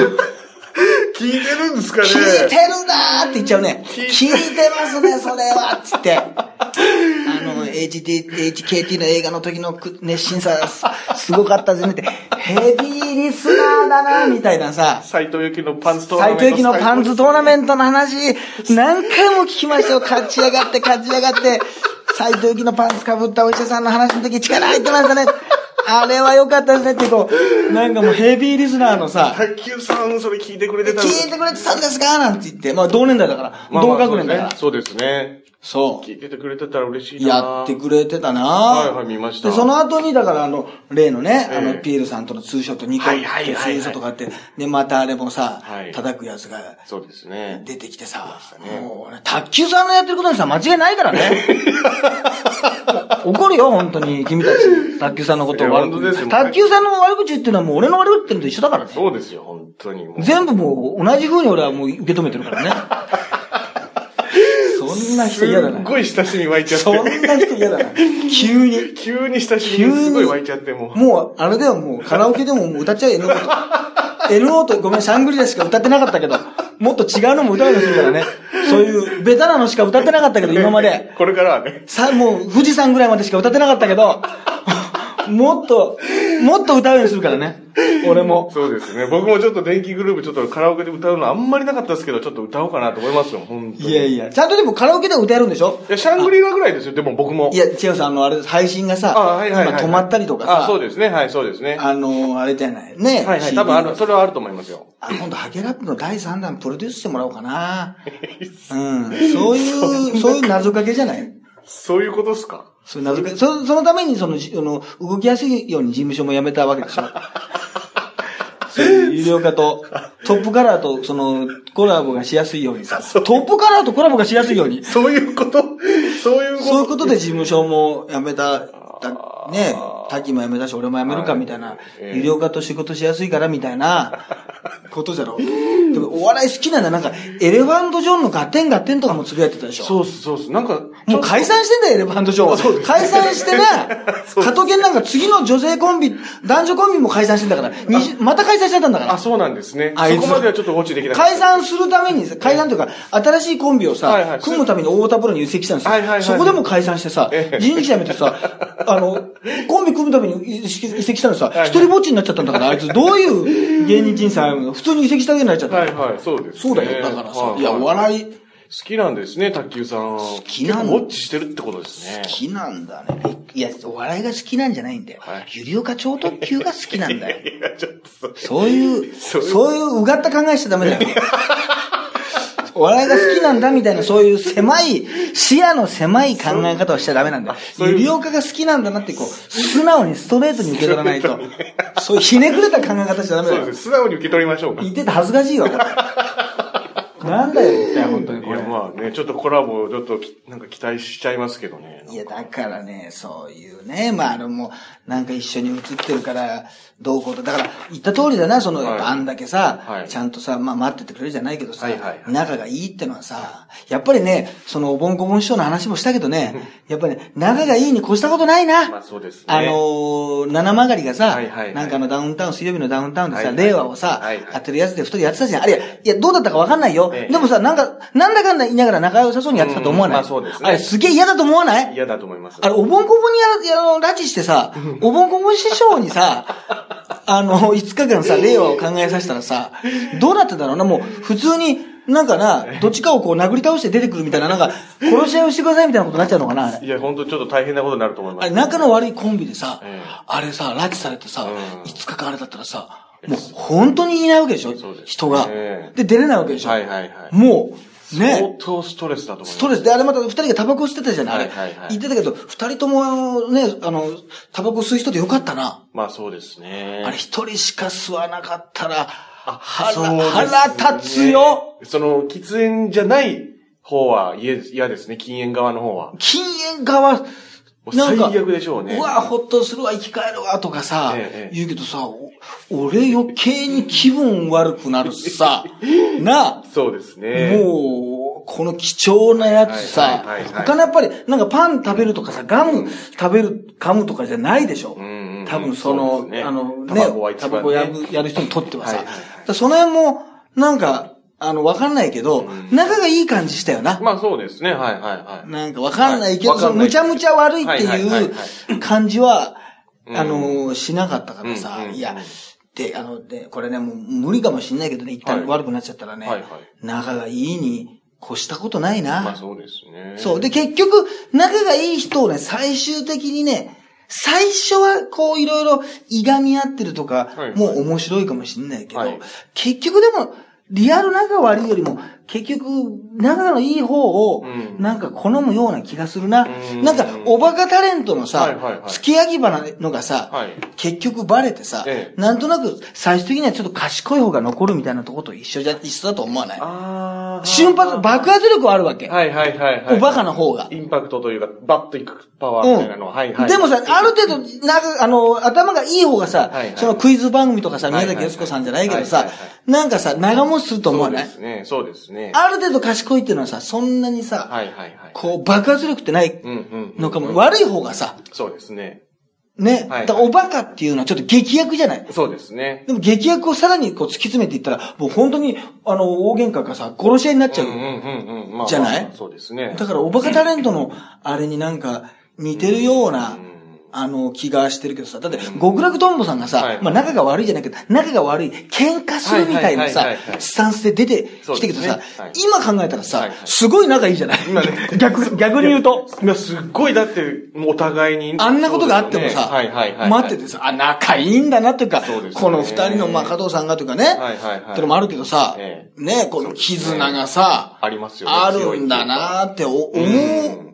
Speaker 2: 聞いてるんですかね
Speaker 1: 聞いてるなーって言っちゃうね。
Speaker 2: 聞
Speaker 1: 聞
Speaker 2: い
Speaker 1: いてますね、それはつって。あの、HD、HKT の映画の時のく熱心さ、すすごかったぜねって。ヘビーリスナーだな、みたいなさ。
Speaker 2: 斎藤由貴のパンツトーナメ
Speaker 1: 斎
Speaker 2: ント。
Speaker 1: 藤由貴のパンツトーナメ
Speaker 2: ン
Speaker 1: ントの話、何回も聞きましたよ。勝ち上がって、勝ち上がって。斎藤由貴のパンツかぶったお医者さんの話の時力入ってましたね。あれは良かったですねってこう、なんかもうヘビーリスナーのさ、
Speaker 2: 卓球さん、それ聞いてくれてたんです
Speaker 1: 聞いてくれてたんですかなんて言って、まあ同年代だから、
Speaker 2: まあま
Speaker 1: 同
Speaker 2: あ
Speaker 1: 学年だから。
Speaker 2: そうですね。
Speaker 1: そ
Speaker 2: そうですね聞いててくれてたら嬉し
Speaker 1: う。
Speaker 2: いな
Speaker 1: やってくれてたな
Speaker 2: はいはい見ました
Speaker 1: で、その後に、だからあの、例のね、あ
Speaker 2: ええ
Speaker 1: の、ピエールさんとのツーショット2
Speaker 2: は
Speaker 1: 回、
Speaker 2: いはいはいはい
Speaker 1: ツーショットがあって、で、またあれもさ
Speaker 2: はい、
Speaker 1: 叩くやつが
Speaker 2: そうですね。
Speaker 1: 出てきてさ
Speaker 2: うでしたね、
Speaker 1: もうね、卓球さんのやってることにさ、間違いないからね。
Speaker 2: *laughs*
Speaker 1: 怒るよ、本当に、君たち。卓球さんのことを悪
Speaker 2: いや本当です
Speaker 1: 口。
Speaker 2: よ
Speaker 1: 卓球さんの悪口っていうのはもう俺の悪口っていうのと一緒だからね。
Speaker 2: そうですよ、本当に。もう
Speaker 1: 全部もう同じ風に俺はもう受け止めてるからね。そんな人
Speaker 2: す
Speaker 1: 嫌だな
Speaker 2: っ。ごい親しみ湧いちゃっ
Speaker 1: そん
Speaker 2: て。
Speaker 1: な人嫌だな。急に。
Speaker 2: 急に親しみ
Speaker 1: 急
Speaker 2: すごい
Speaker 1: に。
Speaker 2: 湧いちゃって、もう。
Speaker 1: もう、あれだよ、もう、カラオケでももう歌っちゃえ、NO と。NO と、ごめん、シャングリラしか歌ってなかったけど、もっと違うのも歌うのするからね。そういう、ベタなのしか歌ってなかったけど、今まで。
Speaker 2: これからはね。
Speaker 1: さ、もう、富士山ぐらいまでしか歌ってなかったけど、もっと、もっと歌うようにするからね。俺も。
Speaker 2: そうですね。僕もちょっと電気グループ、ちょっとカラオケで歌うのあんまりなかったですけど、ちょっと歌おうかなと思いますよ、本当に。
Speaker 1: いやいや、ちゃんとでもカラオケでは歌えるんでしょ
Speaker 2: いや、シャングリラぐらいですよ、でも僕も。
Speaker 1: いや、違うさ、あの、あれです、配信がさ、
Speaker 2: あはいはいはい
Speaker 1: 今止まったりとか
Speaker 2: あ、
Speaker 1: さ、
Speaker 2: そうですね、はい、そうですね。は
Speaker 1: あの、あれじゃない。ね、
Speaker 2: いはい、
Speaker 1: CD
Speaker 2: 多分ある、それはあると思いますよ。
Speaker 1: あ、今度、ハゲラップの第3弾プロデュースしてもらおうか
Speaker 2: *laughs*
Speaker 1: な。うん。そういう、そういう謎かけじゃない
Speaker 2: そういうことっすか *laughs*
Speaker 1: そういう謎かけ。そそのために、その、じあの、動きやすいように事務所も辞めたわけ
Speaker 2: *laughs*
Speaker 1: でしょ。そういう有料化と、トップカラーと、その、コラボがしやすいように
Speaker 2: *laughs*
Speaker 1: さ、トップカラーとコラボがしやすいように。
Speaker 2: そういうことそういうこと
Speaker 1: そういうことで事務所も辞めた、たね、滝も辞めたし、俺も辞めるかみたいな、
Speaker 2: ええ
Speaker 1: 医療家と仕事しやすいからみたいな、ことじゃろ。でもお笑い好きなんだ。なんか、エレファントジョンのガテンガテンとかもつぶやいてたでしょ。
Speaker 2: そうっす、そうっす。なんか、
Speaker 1: もう解散してんだよね、バンドショー
Speaker 2: そうで
Speaker 1: は。
Speaker 2: す
Speaker 1: 解散してね、
Speaker 2: *laughs* そう
Speaker 1: 加藤健なんか次の女性コンビ、男女コンビも解散してんだから、二十また解散しちゃったんだから
Speaker 2: あ、。そうなんですね。
Speaker 1: あいつ
Speaker 2: そこまではちょっと放置できなかった。
Speaker 1: 解散するためにさ、解散というか、新しいコンビを
Speaker 2: はいは
Speaker 1: さ
Speaker 2: い、
Speaker 1: 組むために大田プロに移籍したんです
Speaker 2: はいはいは
Speaker 1: よ。
Speaker 2: い
Speaker 1: そこでも解散してさ
Speaker 2: え、え
Speaker 1: 人事辞めてさ、
Speaker 2: *laughs*
Speaker 1: あの、コンビ組むために移籍移籍したのさ
Speaker 2: いは、い
Speaker 1: 一人ぼっちになっちゃったんだから、あいつどういう芸人人生歩むの普通に移籍しただけになっちゃった
Speaker 2: は
Speaker 1: の
Speaker 2: いはい、そうです、ね。
Speaker 1: そうだよ、だから
Speaker 2: は
Speaker 1: さ。
Speaker 2: はい
Speaker 1: や、お笑い好
Speaker 2: 好きなんですね、卓球さん。好
Speaker 1: きなん
Speaker 2: ウォッチしてるってことですね。
Speaker 1: きなんだね。いや、お笑いが好きなんじゃないんだよ
Speaker 2: はい。
Speaker 1: ゆりおか超特急が好きなんだよ。
Speaker 2: *laughs* いや、ちょっとそれ
Speaker 1: そういう、
Speaker 2: そういう
Speaker 1: そういううがった考えしちゃダメだよ。お笑いが好きなんだみたいな、そういう狭い、視野の狭い考え方をしちゃダメなんだよ。
Speaker 2: そういう
Speaker 1: ゆりおかが好きなんだなって、こう、素直にストレートに受け取らないと、そういうひねくれた考え方しちゃダメだ
Speaker 2: そう
Speaker 1: よ
Speaker 2: で。す。素直に受け取りましょうか。
Speaker 1: 言ってて恥ずかしい
Speaker 2: *laughs*
Speaker 1: わ、これ。なんだよ、一体、本当に
Speaker 2: い
Speaker 1: これ
Speaker 2: や、。まあね、ちょっとコラボ、ちょっとき、なんか期待しちゃいますけどね。
Speaker 1: いや、だからね、そういうね、まあ、あの、もう、なんか一緒に写ってるから、どうこうと、だから、言った通りだな、その、
Speaker 2: はい
Speaker 1: やっぱあんだけさ、
Speaker 2: はい
Speaker 1: ちゃんとさ、まあ、待っててくれるじゃないけどさ、
Speaker 2: はいはいはい
Speaker 1: 仲がいいってのはさ、やっぱりね、その、おぼんこぼん師匠の話もしたけどね、やっぱり、ね、仲がいいに越したことないな。
Speaker 2: まあそうですね。
Speaker 1: あのー、七曲りがさ、
Speaker 2: はいはいはい
Speaker 1: なんかあのダウンタウン、水曜日のダウンタウンでさ、
Speaker 2: はいはい
Speaker 1: 令和をさ、
Speaker 2: はいはい
Speaker 1: 当てるやつで二人やってたじゃん。あれ、いや、どうだったかわかんないよ。
Speaker 2: ええ
Speaker 1: でもさ、なんか、なんだかんだ言いながら仲良さそうにやってたと思わない、
Speaker 2: うんまあそうですね
Speaker 1: あれ、すげえ嫌だと思わない
Speaker 2: 嫌だと思います。
Speaker 1: あれ、おぼんこぼんにやら、あの、拉致してさ、おぼんこぼん師匠に
Speaker 2: *laughs*
Speaker 1: さ、あの、5日間さ、令和を考えさせたらさ、どうなってたろうな、もう、普通に、なんかな、どっちかをこう殴り倒して出てくるみたいな、なんか、殺し合いをしてくださいみたいなことになっちゃうのかな、あれ。
Speaker 2: いや、本当ちょっと大変なことになると思いま
Speaker 1: あ
Speaker 2: す。
Speaker 1: れ、仲の悪いコンビでさ
Speaker 2: ええ、
Speaker 1: あれさ、拉致されてさ、
Speaker 2: うん
Speaker 1: 5日間あれだったらさ、もう本当にいないわけでしょ
Speaker 2: そうですね
Speaker 1: 人が
Speaker 2: え。え
Speaker 1: で、出れないわけでしょ
Speaker 2: はいはいはい
Speaker 1: もう、ね。
Speaker 2: 相当ストレスだと思います。
Speaker 1: ストレスで、あれまた二人がタバコ吸ってたじゃない、あれ
Speaker 2: はいはいはい
Speaker 1: 言ってたけど、二人ともね、あの、タバコ吸う人でよかったな。
Speaker 2: まあそうですね。
Speaker 1: あれ一人しか吸わなかったら、
Speaker 2: そう
Speaker 1: 腹、
Speaker 2: ですね
Speaker 1: 腹立つよ
Speaker 2: その、喫煙じゃない方は嫌です嫌ですね、禁煙側の方は。
Speaker 1: 禁煙側、
Speaker 2: う
Speaker 1: なんか、
Speaker 2: 最悪でしょうね
Speaker 1: わ、ほっとするわ、生き返るわ、とかさ、
Speaker 2: ええ
Speaker 1: 言うけどさ、お俺余計に気分悪くなるし
Speaker 2: *laughs*
Speaker 1: さ、なあ、
Speaker 2: そうですね。
Speaker 1: もう、この貴重なやつさ
Speaker 2: はいはいはい、はい
Speaker 1: 他のやっぱり、なんかパン食べるとかさ、ガム食べる、ガムとかじゃないでしょ。
Speaker 2: んうんうん
Speaker 1: 多分その、
Speaker 2: そうですね
Speaker 1: あのね、
Speaker 2: タバコは一番
Speaker 1: タ
Speaker 2: ね
Speaker 1: バコやるやる人にとってはさ、
Speaker 2: はいはいはい
Speaker 1: だからその辺も、なんか、あの、わかんないけど、
Speaker 2: ん
Speaker 1: 仲がいい感じしたよな。
Speaker 2: まあそうですね、はいはいはい。
Speaker 1: なんかわかんないけど、
Speaker 2: はい
Speaker 1: そのむちゃむちゃ悪いって
Speaker 2: はいはいはい
Speaker 1: いう感じは、
Speaker 2: うん
Speaker 1: あの、しなかったからさ
Speaker 2: うんう、ん
Speaker 1: いや、で、あの、で、これね、もう無理かもしんないけどね、一
Speaker 2: は
Speaker 1: 旦
Speaker 2: い
Speaker 1: 悪くなっちゃったらね、
Speaker 2: はいはい
Speaker 1: 仲がいいに越したことない
Speaker 2: まあ
Speaker 1: な。
Speaker 2: そうですね。
Speaker 1: そう。で、結局、仲がいい人をね、最終的にね、最初はこういろいろいがみ合ってるとか
Speaker 2: はい、
Speaker 1: もう面白いかもしんないけど
Speaker 2: はい、
Speaker 1: 結局でも、リアル仲悪いよりも、結局、仲のいい方を
Speaker 2: う、ん
Speaker 1: なんか好むような気がするな。
Speaker 2: うん
Speaker 1: なんか、おバカタレントの
Speaker 2: はいはい
Speaker 1: さ、
Speaker 2: はい
Speaker 1: 付け焼き花のがさ、
Speaker 2: はい
Speaker 1: 結局バレてさ、
Speaker 2: ええ
Speaker 1: なんとなく最終的にはちょっと賢い方が残るみたいなとこと一緒じゃ、一緒だと思わない
Speaker 2: あー
Speaker 1: 瞬発、爆発力はあるわけ。
Speaker 2: はいはいはいはい。
Speaker 1: おバカな方が。
Speaker 2: インパクトというか、バッといくパワーみたいなのは、はいはい。
Speaker 1: でもさ、ある程度、なんか、あの、頭がいい方がさ、
Speaker 2: はいはい
Speaker 1: そのクイズ番組とかさ、
Speaker 2: はいは
Speaker 1: 宮
Speaker 2: い
Speaker 1: 崎靖子さんじゃないけどさ、
Speaker 2: はいはいは
Speaker 1: なんかさ、長持ちすると思
Speaker 2: そ
Speaker 1: わ
Speaker 2: う
Speaker 1: な
Speaker 2: で
Speaker 1: い
Speaker 2: すね、そうですね。
Speaker 1: ある程度賢いっていうのはさ、そんなにさ、
Speaker 2: はいはいはい。
Speaker 1: こう、爆発力ってない
Speaker 2: うんうんうん。
Speaker 1: のかも。悪い方がさ、
Speaker 2: そうですね。
Speaker 1: ね、
Speaker 2: はい
Speaker 1: だからおバカっていうのはちょっと劇薬じゃない
Speaker 2: そうですね。
Speaker 1: でも劇薬をさらにこう突き詰めていったら、もう本当に、あの、大喧嘩かさ、殺し合いになっちゃう。
Speaker 2: うんうんうんうん。まあ
Speaker 1: じゃない
Speaker 2: まあそうですね。
Speaker 1: だから、おバカタレントの、あれになんか、似てるような、
Speaker 2: うん
Speaker 1: あの、気がしてるけどさ、だって、極楽とんぼさんがさ、
Speaker 2: はい
Speaker 1: まあ仲が悪いじゃないけど、仲が悪い、喧嘩するみたいなさ
Speaker 2: はいはいはいは、い
Speaker 1: スタンスで出てきたけど
Speaker 2: そ
Speaker 1: さ、
Speaker 2: うですねはい
Speaker 1: 今考えたらさ、
Speaker 2: はいはい
Speaker 1: すごい仲いいじゃない、
Speaker 2: 今ね
Speaker 1: 逆、逆に言うと。
Speaker 2: いや、すっごい、だって、もうお互いに。
Speaker 1: あんなことがあってもさ、
Speaker 2: そうですよねはいはいはいはい。
Speaker 1: 待っててさ、あ、仲いいんだなというか、
Speaker 2: そうですね
Speaker 1: この二人の、まあ、加藤さんがというかね、
Speaker 2: いはいはい
Speaker 1: ってのもあるけどさ、
Speaker 2: え
Speaker 1: ね、この絆がさ、
Speaker 2: ありますよね
Speaker 1: あるんだなーってお思
Speaker 2: ん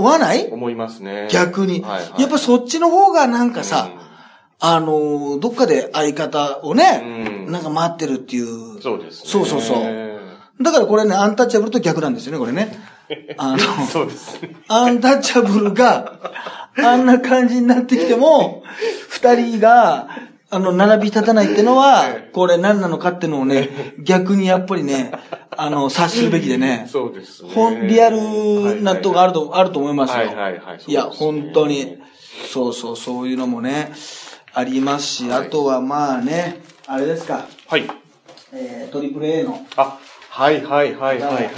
Speaker 1: わない
Speaker 2: 思いますね。
Speaker 1: 逆に。
Speaker 2: はいはい
Speaker 1: やっぱそっちの方がなんかさ、
Speaker 2: うん
Speaker 1: あのーどっかで相方をね、
Speaker 2: うん
Speaker 1: なんか待ってるっていう。
Speaker 2: そうですね。
Speaker 1: そうそうそう。だからこれね、アンタッチャブルと逆なんですよね、これね。あの、
Speaker 2: *laughs* そうですね。
Speaker 1: アンタッチャブルが、あんな感じになってきても、二人が、あの、並び立たないってのは
Speaker 2: ええ、
Speaker 1: これ何なのかってのをね、逆にやっぱりね、あの、察するべきでね。
Speaker 2: そうですね。
Speaker 1: ほん、リアルなとこあると、あると思いますよ。
Speaker 2: はいはいはいそうですね
Speaker 1: いや、本当に。そうそう、そういうのもね、ありますし、
Speaker 2: はい
Speaker 1: あとはまあね、あれですか、
Speaker 2: はい。はい。
Speaker 1: えー、トリプル A の
Speaker 2: あ、はいはいはいはいはい。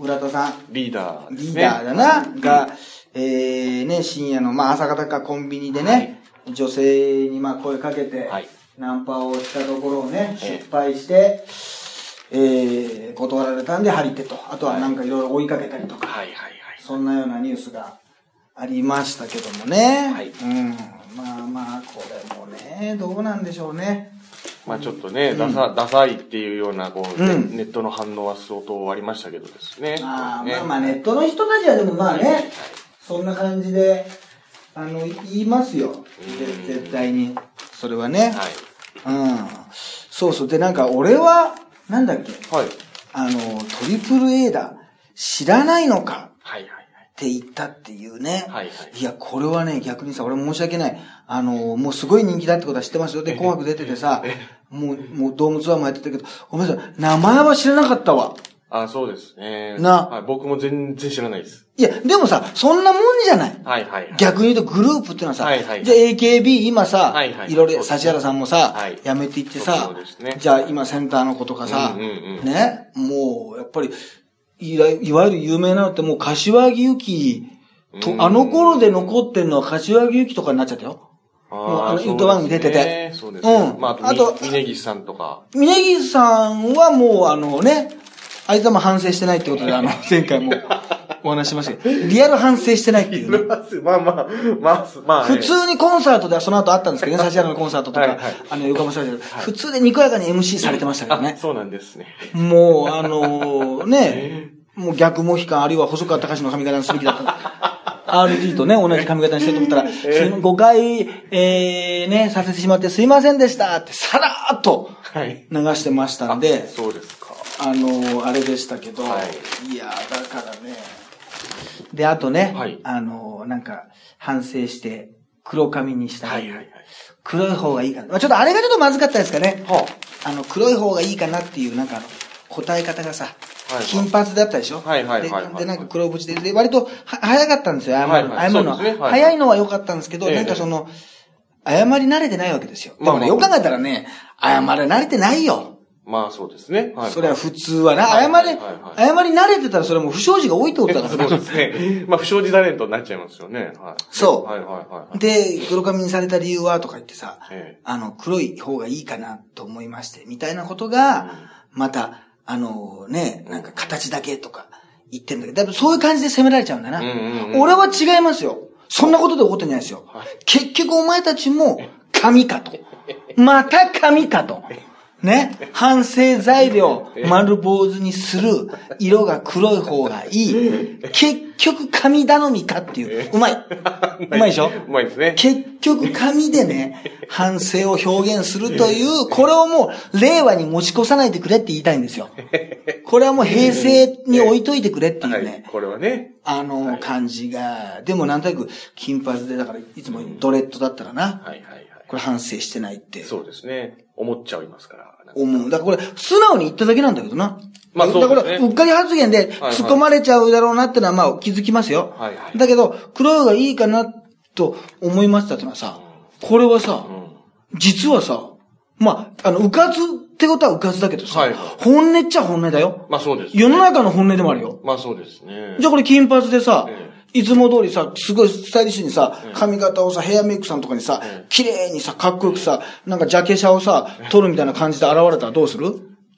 Speaker 1: 浦田さん、
Speaker 2: リーダーで
Speaker 1: リ
Speaker 2: す
Speaker 1: ー
Speaker 2: ね。
Speaker 1: ダーだな、が、えー、ね、深夜の、まあ朝方かコンビニでね、女性にまあ声かけて、
Speaker 2: はい
Speaker 1: ナンパをしたところをね、
Speaker 2: ええ
Speaker 1: 失敗して、えー、断られたんで張り手と、あとはなんかいろいろ追いかけたりとか、
Speaker 2: はいはいはい。
Speaker 1: そんなようなニュースがありましたけどもね。
Speaker 2: はい
Speaker 1: うん。まあまあ、これもね、どうなんでしょうね。
Speaker 2: まあちょっとね、ダサ、ダサいっていうような、こう、
Speaker 1: うん
Speaker 2: ネットの反応は相当ありましたけどですね。
Speaker 1: まあ、
Speaker 2: ね
Speaker 1: まあまあ、ネットの人たちはでもまあね、そんな感じで、あの、言いますよ。
Speaker 2: うん
Speaker 1: ぜ絶対に。それはね。
Speaker 2: はい。
Speaker 1: うん。そうそう。で、なんか俺は、なんだっけ、
Speaker 2: はい。
Speaker 1: あの、トリプル A だ。知らないのか。
Speaker 2: はいはいはい。
Speaker 1: って言ったっていうね。
Speaker 2: はいはい
Speaker 1: や、これはね、逆にさ、俺申し訳ない。あの、もうすごい人気だってことは知ってますよ。で、紅白出ててさ、もう、もうドームツアーもやってたけど、ごめんなさい、名前は知らなかったわ。
Speaker 2: あ、そうですね。
Speaker 1: な
Speaker 2: はい。僕も全然知らないです。
Speaker 1: いや、でもさ、そんなもんじゃない。
Speaker 2: はいはいはい。
Speaker 1: 逆に言うとグループってのはさ、
Speaker 2: はいはい
Speaker 1: じゃあ AKB 今さ、
Speaker 2: はい
Speaker 1: い
Speaker 2: はい
Speaker 1: ろいろ
Speaker 2: そうですね
Speaker 1: 指原さんもさ、
Speaker 2: はい
Speaker 1: やめていってさ
Speaker 2: そうです、ね
Speaker 1: じゃあ今センターの子とかさ、
Speaker 2: うんうんうん
Speaker 1: ね、もうやっぱりいわ、いわゆる有名なのってもう柏木由紀
Speaker 2: う
Speaker 1: と、
Speaker 2: ん
Speaker 1: あの頃で残ってんのは柏木由紀とかになっちゃったよ。もう
Speaker 2: あ
Speaker 1: あの
Speaker 2: ー
Speaker 1: イントバンク出てて
Speaker 2: そうですね。そうですね
Speaker 1: うん
Speaker 2: まあ、あ
Speaker 1: あ
Speaker 2: と
Speaker 1: と、
Speaker 2: 峯岸さんとか。
Speaker 1: 峯岸さんはもうあのね、あいつはもう反省してないってことで、あ
Speaker 2: *laughs*
Speaker 1: の、前回もお話ししましたけど、リアル反省してないっていうね。
Speaker 2: まあまあ、まあ、まあ、
Speaker 1: 普通にコンサートではその後あったんですけどね、指原のコンサートとか、
Speaker 2: はいはい
Speaker 1: あの、横浜スタジオで、普通でにこやかに MC されてましたけど
Speaker 2: あ、
Speaker 1: ね。
Speaker 2: そうなんですね。
Speaker 1: もう、あ
Speaker 2: *laughs*
Speaker 1: のーね、もう逆モヒカン、あるいは細川隆の髪型にすべきだった。RG とね、同じ髪型にしてると思ったら、
Speaker 2: え
Speaker 1: その誤解、えー、ね、させてしまってすいませんでしたって、さらーっと
Speaker 2: はい。
Speaker 1: 流してましたんで、
Speaker 2: そうですか。
Speaker 1: あのーあれでしたけど、、
Speaker 2: はい
Speaker 1: やーだからね。で、あとね、
Speaker 2: はい
Speaker 1: あのーなんか、反省して、黒髪にした。
Speaker 2: はいはいはい。
Speaker 1: 黒い方がいいかな。まあ、ちょっとあれがちょっとまずかったですかね。
Speaker 2: は
Speaker 1: あの、黒い方がいいかなっていう、なんかあの、答え方がさ、
Speaker 2: はい
Speaker 1: 金髪だったでしょ
Speaker 2: はいはいはいはい
Speaker 1: でで、なんか黒縁で、で割とは早かったんですよ、謝るの。
Speaker 2: はいはい
Speaker 1: 謝るのは
Speaker 2: そうですねはい
Speaker 1: 早いのは良かったんですけど、
Speaker 2: ええ
Speaker 1: なんかその、謝り慣れてないわけですよ。で
Speaker 2: まあ
Speaker 1: もね、
Speaker 2: まあ
Speaker 1: よく考えたらね、謝り慣れてないよ。
Speaker 2: まあ、そうですね。はい。
Speaker 1: それは普通はな、
Speaker 2: はい
Speaker 1: 謝
Speaker 2: はい
Speaker 1: れ、
Speaker 2: はいはい
Speaker 1: 謝り慣れてたらそれはもう不祥事が多いってことだから
Speaker 2: そ
Speaker 1: ね。
Speaker 2: うですね。まあ、不祥事タレントになっちゃいますよね。はい。
Speaker 1: そう
Speaker 2: はいはいはい。 *laughs*
Speaker 1: で、黒髪にされた理由はとか言ってさ、
Speaker 2: ええ
Speaker 1: あの、黒い方がいいかなと思いまして、みたいなことが、また、あのね、なんか形だけとか言ってんだけど、だいぶそういう感じで責められちゃうんだな。
Speaker 2: うんうんうん
Speaker 1: 俺は違いますよ。そんなことで怒ってないですよ。結局お前たちも、神かと。また神かと。ね。反省材料、丸坊主にする、色が黒い方がいい。結局神頼みかっていう。 *laughs* うまい。うまいでしょ
Speaker 2: うまいですね。
Speaker 1: 結局紙でね、反省を表現するという、これをもう令和に持ち越さないでくれって言いたいんですよ。これはもう平成に置いといてくれってい
Speaker 2: は
Speaker 1: う
Speaker 2: い。
Speaker 1: ね、
Speaker 2: これはね。
Speaker 1: あの感じが、でもなんとなく金髪で、だからいつもドレッドだったらな、
Speaker 2: はいはいはい。
Speaker 1: これ反省してないって
Speaker 2: そうですね。思っちゃいますから。
Speaker 1: 思う。だからこれ素直に言っただけなんだけどな。
Speaker 2: まあそうですね
Speaker 1: だから、うっかり発言で
Speaker 2: はい
Speaker 1: 突っ込まれちゃうだろうなってのはまあ気づきますよ。
Speaker 2: はいはい
Speaker 1: だけど、黒い方がいいかなと思いましたってのはさ、これはさ、
Speaker 2: うん。
Speaker 1: 実はさ、まあ、あの、うかつってことはうかつだけどさ、
Speaker 2: はいはい
Speaker 1: 本音っちゃ本音だよ。
Speaker 2: まあ、そうですね。
Speaker 1: 世の中の本音でもあるよ。
Speaker 2: まあ、そうですね。
Speaker 1: じゃあこれ金髪でさ
Speaker 2: え、
Speaker 1: いつも通りさ、すごいスタイリッシュにさ、髪型をさ、ヘアメイクさんとかにさ
Speaker 2: ええ、
Speaker 1: 綺麗にさ、かっこよくさ、なんかジャケ写をさ、撮るみたいな感じで現れたらどうする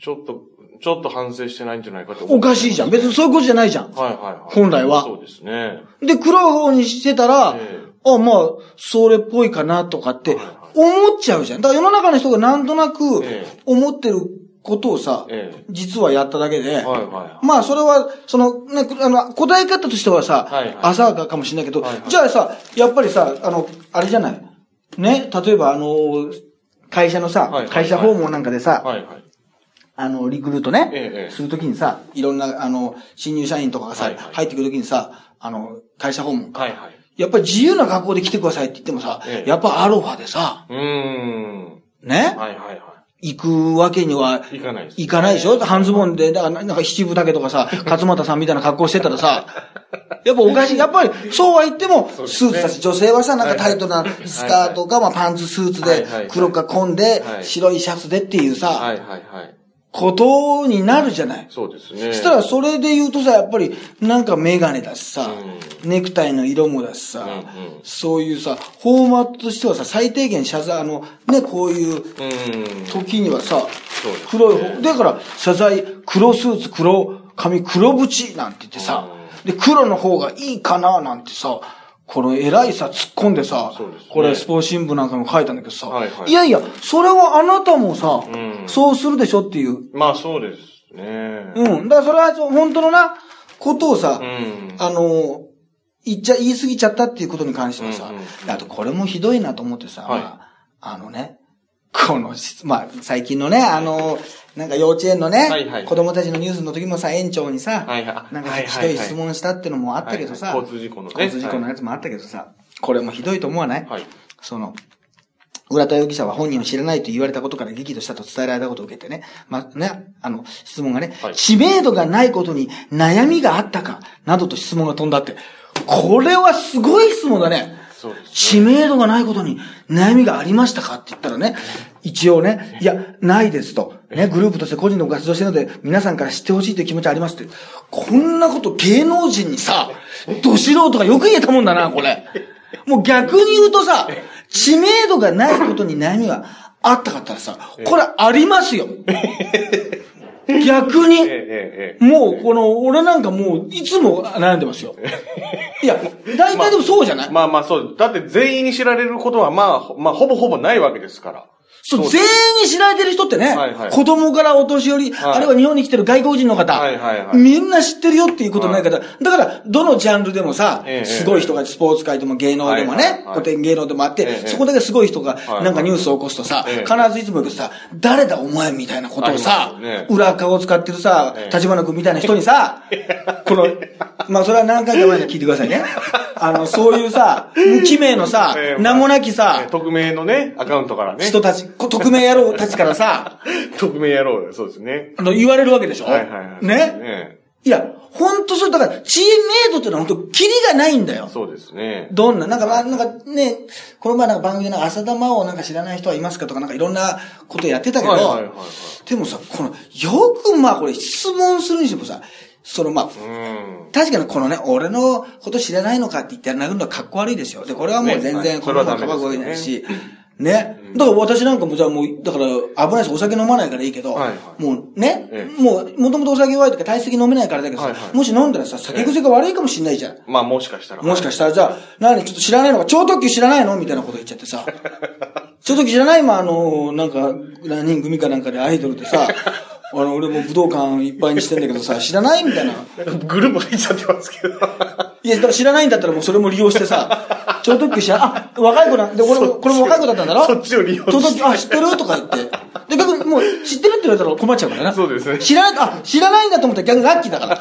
Speaker 2: ちょっと、ちょっと反省してないんじゃないかと思う
Speaker 1: おかしいじゃん。別にそういうことじゃないじゃん。
Speaker 2: はいはいはい。
Speaker 1: 本来は
Speaker 2: そうですね。
Speaker 1: で、黒い方にしてたら、
Speaker 2: え
Speaker 1: あ、まあ、それっぽいかなとかって
Speaker 2: はいはい
Speaker 1: 思っちゃうじゃん。だから世の中の人がなんとなく
Speaker 2: ええ
Speaker 1: 思ってることをさ、
Speaker 2: ええ
Speaker 1: 実はやっただけで、
Speaker 2: はいはいは
Speaker 1: まあそれは、その、ね、あの、答え方としてはさ、
Speaker 2: はいはい
Speaker 1: 浅はかかもしれないけど、
Speaker 2: はいはい
Speaker 1: じゃあさ、やっぱりさ、あの、あれじゃない。ね、例えばあの、会社のさ、
Speaker 2: はいはいはい
Speaker 1: 会社訪問なんかでさ、
Speaker 2: い。はいはい。
Speaker 1: あの、リクルートね、
Speaker 2: ええええ
Speaker 1: するときにさ、いろんな、あの、新入社員とかがさ、
Speaker 2: はいはい
Speaker 1: 入ってくるときにさ、あの、会社訪問か。
Speaker 2: はいはい。
Speaker 1: やっぱり自由な学校で来てくださいって言ってもさ、
Speaker 2: ええ
Speaker 1: やっぱアロファでさ、
Speaker 2: うーん。
Speaker 1: ね、
Speaker 2: はいはいは。
Speaker 1: 行くわけにはい
Speaker 2: 行かないです。
Speaker 1: いかないでしょ半ズボンで、だからなんか七分丈とか
Speaker 2: *laughs*
Speaker 1: さ、勝俣さんみたいな格好してたらさ、やっぱおかしい。やっぱり、そうは言っても、
Speaker 2: そうで
Speaker 1: ス
Speaker 2: す
Speaker 1: ー
Speaker 2: ね
Speaker 1: ツだし、女性はさ、なんかタイトなスカートか、まあパンツスーツ
Speaker 2: はい
Speaker 1: で
Speaker 2: はい、
Speaker 1: 黒が込んで
Speaker 2: は、い
Speaker 1: 白いシャツでっていう
Speaker 2: は
Speaker 1: さ、
Speaker 2: いはいはい。
Speaker 1: ことになるじゃない。
Speaker 2: そうです
Speaker 1: そ
Speaker 2: ね。
Speaker 1: したら、それで言うとさ、やっぱり、なんかメガネだしさ、
Speaker 2: う
Speaker 1: ネクタイの色もだしさ、
Speaker 2: うんうん
Speaker 1: そういうさ、フォーマットとしてはさ、最低限謝罪、あの、ね、こういう
Speaker 2: うん。
Speaker 1: 時にはさ、
Speaker 2: そうですね
Speaker 1: 黒い方、だから謝罪、黒スーツ、黒髪、黒縁なんて言ってさ、で、黒の方がいいかななんてさ、この偉いさ、突っ込んでさ、
Speaker 2: そうですね
Speaker 1: これスポーツ新聞なんかも書いたんだけどさ、
Speaker 2: はいはい
Speaker 1: やいや、それはあなたもさ、
Speaker 2: うん
Speaker 1: そうするでしょっていう。
Speaker 2: まあそうですね。
Speaker 1: うん。だからそれはそう、本当のな、ことをさ、
Speaker 2: うん。
Speaker 1: あの、言っちゃ、言い過ぎちゃったっていうことに関してはさ、
Speaker 2: うんうんうん
Speaker 1: あとこれもひどいなと思ってさ、
Speaker 2: はい
Speaker 1: まあ、あのね、このし、まあ、最近のね、あの、なんか幼稚園のね、
Speaker 2: はいはい
Speaker 1: 子供たちのニュースの時もさ、園長にさ、
Speaker 2: はいはい
Speaker 1: なんか
Speaker 2: はいはい
Speaker 1: ひどい質問したってのもあったけどさ、
Speaker 2: はいはい交通事故のね
Speaker 1: 交通事故のやつもあったけどさ、これもひどいと思わない、
Speaker 2: はい。
Speaker 1: その、浦田容疑者は本人を知らないと言われたことから激怒したと伝えられたことを受けてね、まあ、ね、あの、質問がね、
Speaker 2: はい
Speaker 1: 知名度がないことに悩みがあったか、などと質問が飛んだって、これはすごい質問だね。
Speaker 2: そうです
Speaker 1: 知
Speaker 2: ね。
Speaker 1: 名度がないことに悩みがありましたかって言ったらね、一応ね、いや、ないですと。ね、グループとして個人の活動してるので、皆さんから知ってほしいという気持ちありますって。こんなこと芸能人にさ、ど素人がよく言えたもんだな、これ。もう逆に言うとさ、知名度がないことに悩みがあったかったらさ、これありますよ。逆に。
Speaker 2: ええええええ。
Speaker 1: もう、この、俺なんかもう、いつも悩んでますよ。いや、大体でもそうじゃない、
Speaker 2: まあまあそう。だって全員に知られることはまあ、ほまあほぼほぼないわけですから。
Speaker 1: そう、全員に知られてる人ってね、
Speaker 2: はいはい
Speaker 1: 子供からお年寄り、
Speaker 2: はい
Speaker 1: あるいは日本に来てる外国人の方、
Speaker 2: はいはいはい
Speaker 1: みんな知ってるよっていうことないから、だから、どのジャンルでもさ、
Speaker 2: ええ
Speaker 1: すごい人がスポーツ界でも芸能でもね、
Speaker 2: はいはいはい
Speaker 1: 古典芸能でもあって、
Speaker 2: ええ
Speaker 1: そこだけすごい人が
Speaker 2: はい
Speaker 1: なんかニュースを起こすとさ、
Speaker 2: ええ
Speaker 1: 必ずいつも言うけどさ、誰だお前みたいなことをさ、
Speaker 2: ありますよね
Speaker 1: 裏顔を使ってるさ
Speaker 2: え、え
Speaker 1: 立花君みたいな人にさ、この、まあそれは何回か前に聞いてください
Speaker 2: *laughs*
Speaker 1: ね。あの、そういうさ、無記名のさ
Speaker 2: え、え
Speaker 1: 名もなきさ、
Speaker 2: ええ匿名のね、アカウントからね。
Speaker 1: 人たち、こ匿名野郎たちからさ、
Speaker 2: *laughs*
Speaker 1: *laughs*
Speaker 2: 匿名野郎そうですね。
Speaker 1: あの、言われるわけでしょ
Speaker 2: はいはいはい。
Speaker 1: ね
Speaker 2: ね
Speaker 1: いや、ほんとそう、だから、知名度ってのはほんと、キリがないんだよ。
Speaker 2: そうですね。
Speaker 1: どんな、なんか、まあ、なんかね、この前なんか番組の浅田真央なんか知らない人はいますかとか、なんかいろんなことやってたけど、
Speaker 2: はいはいはいは
Speaker 1: でもさ、この、よくまあこれ質問するにしてもさ、そのまあ、
Speaker 2: うん。
Speaker 1: 確かにこのね、俺のこと知らないのかって言って殴るのは格好悪いですよ。で、これはもう全
Speaker 2: ねは
Speaker 1: 然、
Speaker 2: い
Speaker 1: この
Speaker 2: それ
Speaker 1: 方が
Speaker 2: はダメですよ
Speaker 1: ご
Speaker 2: ね
Speaker 1: いない
Speaker 2: *laughs*
Speaker 1: し。ね。だから私なんかもじゃあもう、だから危ないです。お酒飲まないからいいけど、
Speaker 2: はいはい
Speaker 1: もうね、
Speaker 2: ええ
Speaker 1: もう、もともとお酒弱いとか体質的に飲めないからだけどさ、
Speaker 2: はいはい
Speaker 1: もし飲んだらさ、酒癖が悪いかもしんないじゃん。
Speaker 2: まあもしかしたら。
Speaker 1: もしかしたら、じゃあ、何、ちょっと知らないのか、超特急知らないのみたいなこと言っちゃって
Speaker 2: *laughs*
Speaker 1: さ。超特急知らないまあ、あの、なんか、何人組かなんかでアイドルで
Speaker 2: *laughs*
Speaker 1: さ、あの、俺も武道館いっぱいにしてんだけどさ、知らないみたいな。
Speaker 2: なんかグループ入っちゃってますけど。
Speaker 1: いや、だから知らないんだったらもうそれも利用して
Speaker 2: *laughs*
Speaker 1: さ、超特急知らない、あ、若い子なんで、俺
Speaker 2: そっ
Speaker 1: も、
Speaker 2: ちを
Speaker 1: これも若い子だったんだろ
Speaker 2: そっちを利用して
Speaker 1: 超特急、あ、知ってるとか言って。で、逆にもう、知ってるって言われたら困っちゃうからな。
Speaker 2: そうですね
Speaker 1: 知らない、あ、知らないんだと思ったら逆にラッキーだから。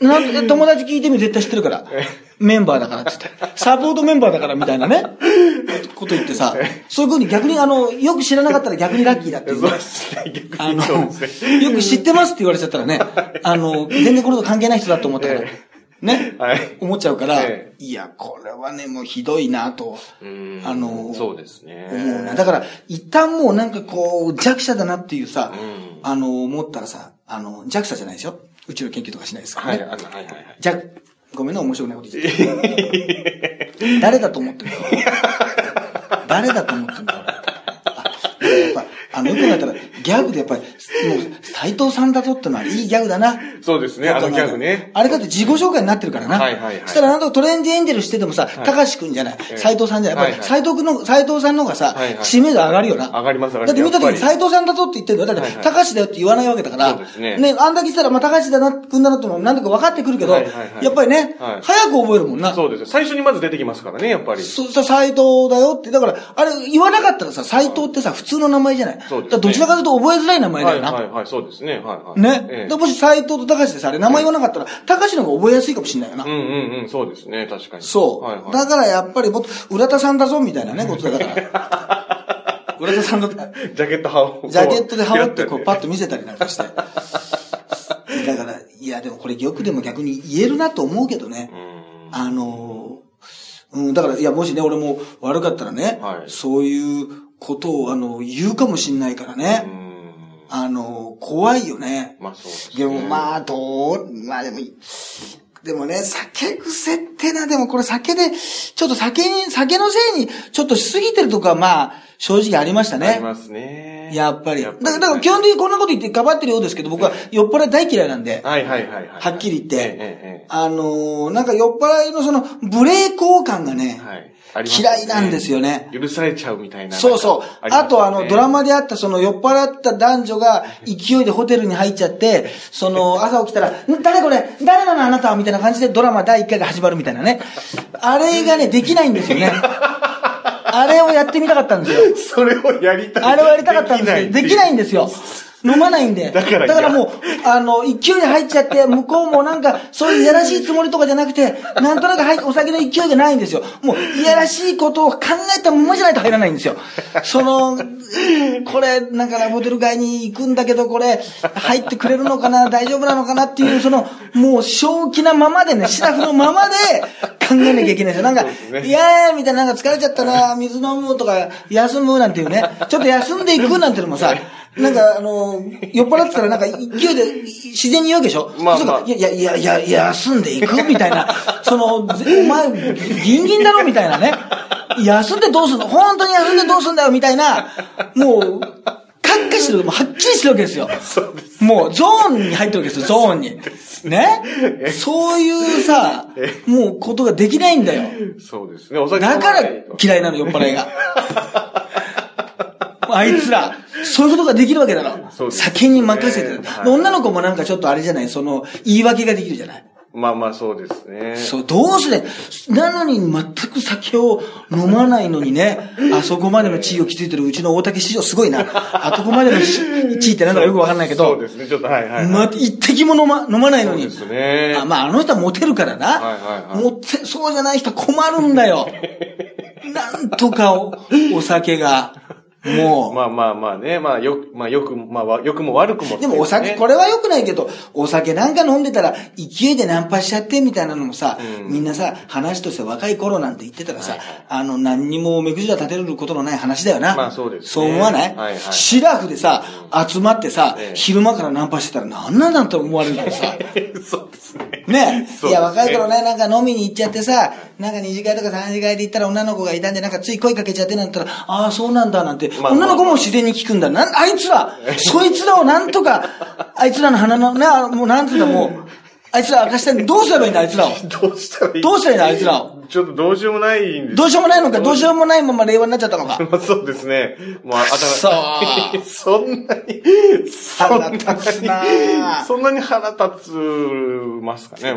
Speaker 1: なんで友達聞いてみ絶対知ってる
Speaker 2: *laughs*
Speaker 1: から。メンバーだからって言って。サポートメンバーだからみたいなね。こと言って
Speaker 2: *laughs*
Speaker 1: さ、そういうふうに逆にあの、よく知らなかったら逆にラッキーだっていう
Speaker 2: そう。ですね。逆
Speaker 1: あ
Speaker 2: に
Speaker 1: の、
Speaker 2: そうですね。
Speaker 1: よく知ってますって言われちゃったらね、あの、全然これと関係ない人だと思ったから
Speaker 2: え、
Speaker 1: ね
Speaker 2: はい、
Speaker 1: 思っちゃうから
Speaker 2: え、
Speaker 1: いや、これはね、もうひどいなと、
Speaker 2: うん
Speaker 1: あの、
Speaker 2: そうですね
Speaker 1: 思うな。だから、一旦もうなんかこう、弱者だなっていうさ
Speaker 2: うん、
Speaker 1: あの、思ったらさ、あの、弱者じゃないでしょ宇宙の研究とかしないですから
Speaker 2: はい、
Speaker 1: ね。
Speaker 2: あのはいはいはい。
Speaker 1: じゃ、ごめんな、面白くないこと言って。誰だと思ってんだ俺誰だと思ってんだ俺あやっぱあの、よく考えたら、ギャグでやっぱり、もう、斎藤さんだぞってのは、いいギャグだな。
Speaker 2: そうですね、あのギャグね。
Speaker 1: あれだって自己紹介になってるからな。
Speaker 2: はいはいはい
Speaker 1: そしたら、なんとトレンディエンデルしててもさ、
Speaker 2: い
Speaker 1: 高橋くんじゃない
Speaker 2: え、え
Speaker 1: 斎藤さんじゃない。やっぱり
Speaker 2: は
Speaker 1: 斎
Speaker 2: いは
Speaker 1: 藤くんの、斎藤さんの方がさ
Speaker 2: はいは、い
Speaker 1: 知名度上がるよな。
Speaker 2: 上がります上がります
Speaker 1: だって見た時
Speaker 2: やっ
Speaker 1: に
Speaker 2: ぱり
Speaker 1: 斎藤さんだぞって言ってるんだよ。だっ
Speaker 2: はい
Speaker 1: て、
Speaker 2: はい
Speaker 1: 高橋だよって言わないわけだから。
Speaker 2: そうですね
Speaker 1: あんだけしたら、まあ、高橋だな、くんだなっても、なんとか分かってくるけど、
Speaker 2: はいはいはい
Speaker 1: やっぱりね、
Speaker 2: はい
Speaker 1: 早く覚えるもんな。
Speaker 2: そうですよ。最初にまず出てきますからね、やっぱり。
Speaker 1: そさ、斎藤だよって、だから、あれ、言わなかったらさ、斎藤ってさ、普通の名前じゃない。
Speaker 2: そうです
Speaker 1: だ
Speaker 2: ね
Speaker 1: からどちらかというと覚えづらい名前だ
Speaker 2: はい
Speaker 1: よな。
Speaker 2: はいはい、そうですね。はいはい。
Speaker 1: ね。
Speaker 2: ええ
Speaker 1: でもし斎藤と高橋でさ、あれ、名前言わなかったら、高橋の方が覚えやすいかもしれないよな。
Speaker 2: うんうんうん、そうですね、確かに。
Speaker 1: そう、
Speaker 2: はいはい。 *laughs*
Speaker 1: だからやっぱりもっと、浦田さんだぞみたいなね、ことだから。浦田さんの、
Speaker 2: ジャケット羽織
Speaker 1: ジャケットで羽織ってこうパッ
Speaker 2: と。
Speaker 1: と見せたりなんかして。だから、いやでもこれよくでも逆に言えるなと思うけどね
Speaker 2: う。ん
Speaker 1: あのー、うん、だから、いやもしね、俺も悪かったらね、
Speaker 2: はい
Speaker 1: そういうことをあの、言うかもしんないからね。
Speaker 2: うん
Speaker 1: あのー、怖いよね。
Speaker 2: まあそうです
Speaker 1: で
Speaker 2: ね。
Speaker 1: もまあ、どう、まあでもいい、でもね、酒癖ってな、でもこれ酒で、ちょっと酒に、酒のせいに、ちょっとしすぎてるとか、まあ、正直ありました
Speaker 2: あり
Speaker 1: ね。
Speaker 2: ますね。
Speaker 1: やっぱり。だ
Speaker 2: や
Speaker 1: から、だから基本的にこんなこと言ってかばってるようですけど、僕は酔っ払い大嫌いなんで、
Speaker 2: はいはいはいはい。
Speaker 1: はっきり言っ
Speaker 2: ええ
Speaker 1: て。
Speaker 2: え
Speaker 1: あのーなんか酔っ払いのその、無礼交換が
Speaker 2: えええ
Speaker 1: ね、
Speaker 2: はい。ありますね
Speaker 1: 嫌いなんですよね。
Speaker 2: 許されちゃうみたいな。
Speaker 1: そうそう。
Speaker 2: ります
Speaker 1: あとあの、
Speaker 2: ね
Speaker 1: ドラ。マであったその酔っ払った男女が勢いでホテルに入っちゃって、そ
Speaker 2: *laughs*
Speaker 1: の朝起きたら、ん誰これ誰なのあなたはみたいな感じでドラマ第1回が始まるみたいなね。あれがね、できないんですよ
Speaker 2: *laughs*
Speaker 1: ね。あれをやってみたかったんですよ。
Speaker 2: それをやりたい。
Speaker 1: あれをやりたかったんですけど、できないん
Speaker 2: で
Speaker 1: ですよ。飲まないんで。
Speaker 2: *laughs* だから
Speaker 1: もう、あの、勢いで入っちゃって、向こうもなんか、そういういやらしいつもりとかじゃなくて、なんとなく入っお酒の勢いじゃないんですよ。もう、いやらしいことを考えたままじゃないと入らないんですよ。その、これ、なんかラボテル街に行くんだけど、これ、入ってくれるのかな、大丈夫なのかなっていう、その、もう、正気なままでね、シラフのままで、考えなきゃいけないんですよ。なんか
Speaker 2: そうです、ね
Speaker 1: いやーみたいな、なんか疲れちゃったな、水飲むとか、休むなんていうね、ちょっと休んでいくなんてのもさ、なんか、あの、酔っ払ってたらなんか勢いで自然に言うわけでしょ
Speaker 2: まあまあ
Speaker 1: そうするといや、いや、いや、休んでいくみたいな、その、ぜお前、ギンギンだろみたいなね、休んでどうすんの本当に休んでどうすんだよみたいな、もう、カッカしてる、もうはっきりしてるわけですよ。
Speaker 2: そうです。
Speaker 1: もうゾーンに入ってるわけですよ、ゾーンに。ねそういうさ、もうことができないんだよ。
Speaker 2: そうですね。お酒
Speaker 1: だから嫌いなの、酔っ払い
Speaker 2: が。
Speaker 1: が。 *laughs* あいつら、そういうことができるわけだ
Speaker 2: そう
Speaker 1: ろ。
Speaker 2: ですね
Speaker 1: 先に任せてる。
Speaker 2: はい
Speaker 1: で女の子もなんかちょっとあれじゃない、その、言い訳ができるじゃない。
Speaker 2: まあまあそうですね。
Speaker 1: そう、どうすれ、なのに全く酒を飲まないのにね、あそこまでの地位を築いてるうちの大竹市場すごいな。あそこまでの地地位ってなんだかよくわかんないけど、
Speaker 2: そうですね。ちょっとはいはいはい。
Speaker 1: ま、一滴も飲ま、飲まないのに。
Speaker 2: そうですね
Speaker 1: あ、まあ、あの人はモテるからな。
Speaker 2: はいはいはい
Speaker 1: モテ、そうじゃない人は困るんだ
Speaker 2: *laughs*
Speaker 1: よ。なんとかお、お酒が。もう。
Speaker 2: まあまあまあね、まあよく、まあよく、まあわよくも悪くも、
Speaker 1: でもお酒、こ
Speaker 2: れ。
Speaker 1: れは良くないけど、お酒なんか飲んでたら、勢いでナンパしちゃってみたいなのもさ、
Speaker 2: うん
Speaker 1: みんなさ、話として若い頃なんて言ってたらさ、
Speaker 2: はいはい
Speaker 1: あの、何にも目くじら立てることのない話だよな。
Speaker 2: まあそうですね
Speaker 1: そう思わない、
Speaker 2: はいはい
Speaker 1: シラフでさ、集まってさ、
Speaker 2: ええ
Speaker 1: 昼間からナンパしてたら何なんだって思われるからさ。
Speaker 2: *laughs* そうですね。
Speaker 1: ね
Speaker 2: そ
Speaker 1: え。
Speaker 2: うですね
Speaker 1: いや、若い頃ね、なんか飲みに行っちゃってさ、なんか二次会とか三次会で行ったら女の子がいたんで、なんかつい声かけちゃってなんて言ったら、ああ、そうなんだ、なんて、
Speaker 2: まあ
Speaker 1: 女の子も自然に聞くんだ。なん、あいつら、そいつらをなんとか、
Speaker 2: *laughs*
Speaker 1: あいつらの鼻の、な、もうなんつうんだ、もう、あいつら明かしたいんだどうすればいいんだ、あいつらを。
Speaker 2: どうしたらいい
Speaker 1: どうしたらいいんだ、あいつらを。
Speaker 2: ちょっとどうしようもないんです
Speaker 1: どうしようもないのか、どうしようもないまま令和になっちゃったのか。
Speaker 2: まあそうですね。もう
Speaker 1: く
Speaker 2: 頭 *laughs* そんなに、そんな
Speaker 1: 腹
Speaker 2: に
Speaker 1: 立つなあ
Speaker 2: そんなに腹立つますかね、まあ。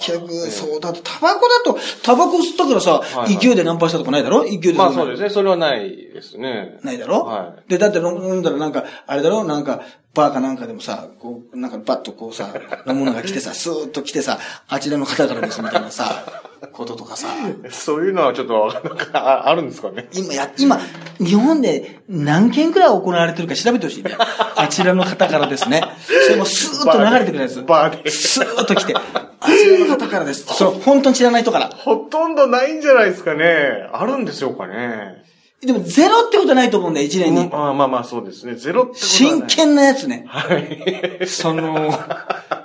Speaker 1: 結局、そうだと、タバコだと、タバコ吸ったからさ、
Speaker 2: いはい
Speaker 1: 勢いでナンパしたとかないだろ勢いで
Speaker 2: まあ
Speaker 1: んな
Speaker 2: そうですね。それはないですね。
Speaker 1: ないだろ、
Speaker 2: は
Speaker 1: で、だって飲んだらなんか、あれだろなんか、バーかなんかでもさ、こう、なんかバッとこうさ、飲むのが来てさ、スーッと来てさ、あちらの方からですみたいなさ、こととかさ。
Speaker 2: そういうのはちょっとわかんないああるんですかね。
Speaker 1: 今や、今、日本で何件くらい行われてるか調べてほしいね。あちらの方からですね。それもスーッと流れてくるやつ。
Speaker 2: バーで
Speaker 1: スーッと来て、あちらの方からです。その、本当に知らない人から。
Speaker 2: ほとんどないんじゃないですかね。あるんでしょうかね。
Speaker 1: でも、ゼロってことはないと思うんだよ、一年に。
Speaker 2: まあまあまあ、そうですね。ゼロってことは
Speaker 1: 真
Speaker 2: ない。
Speaker 1: 剣なやつね。
Speaker 2: はい。 *laughs*
Speaker 1: その、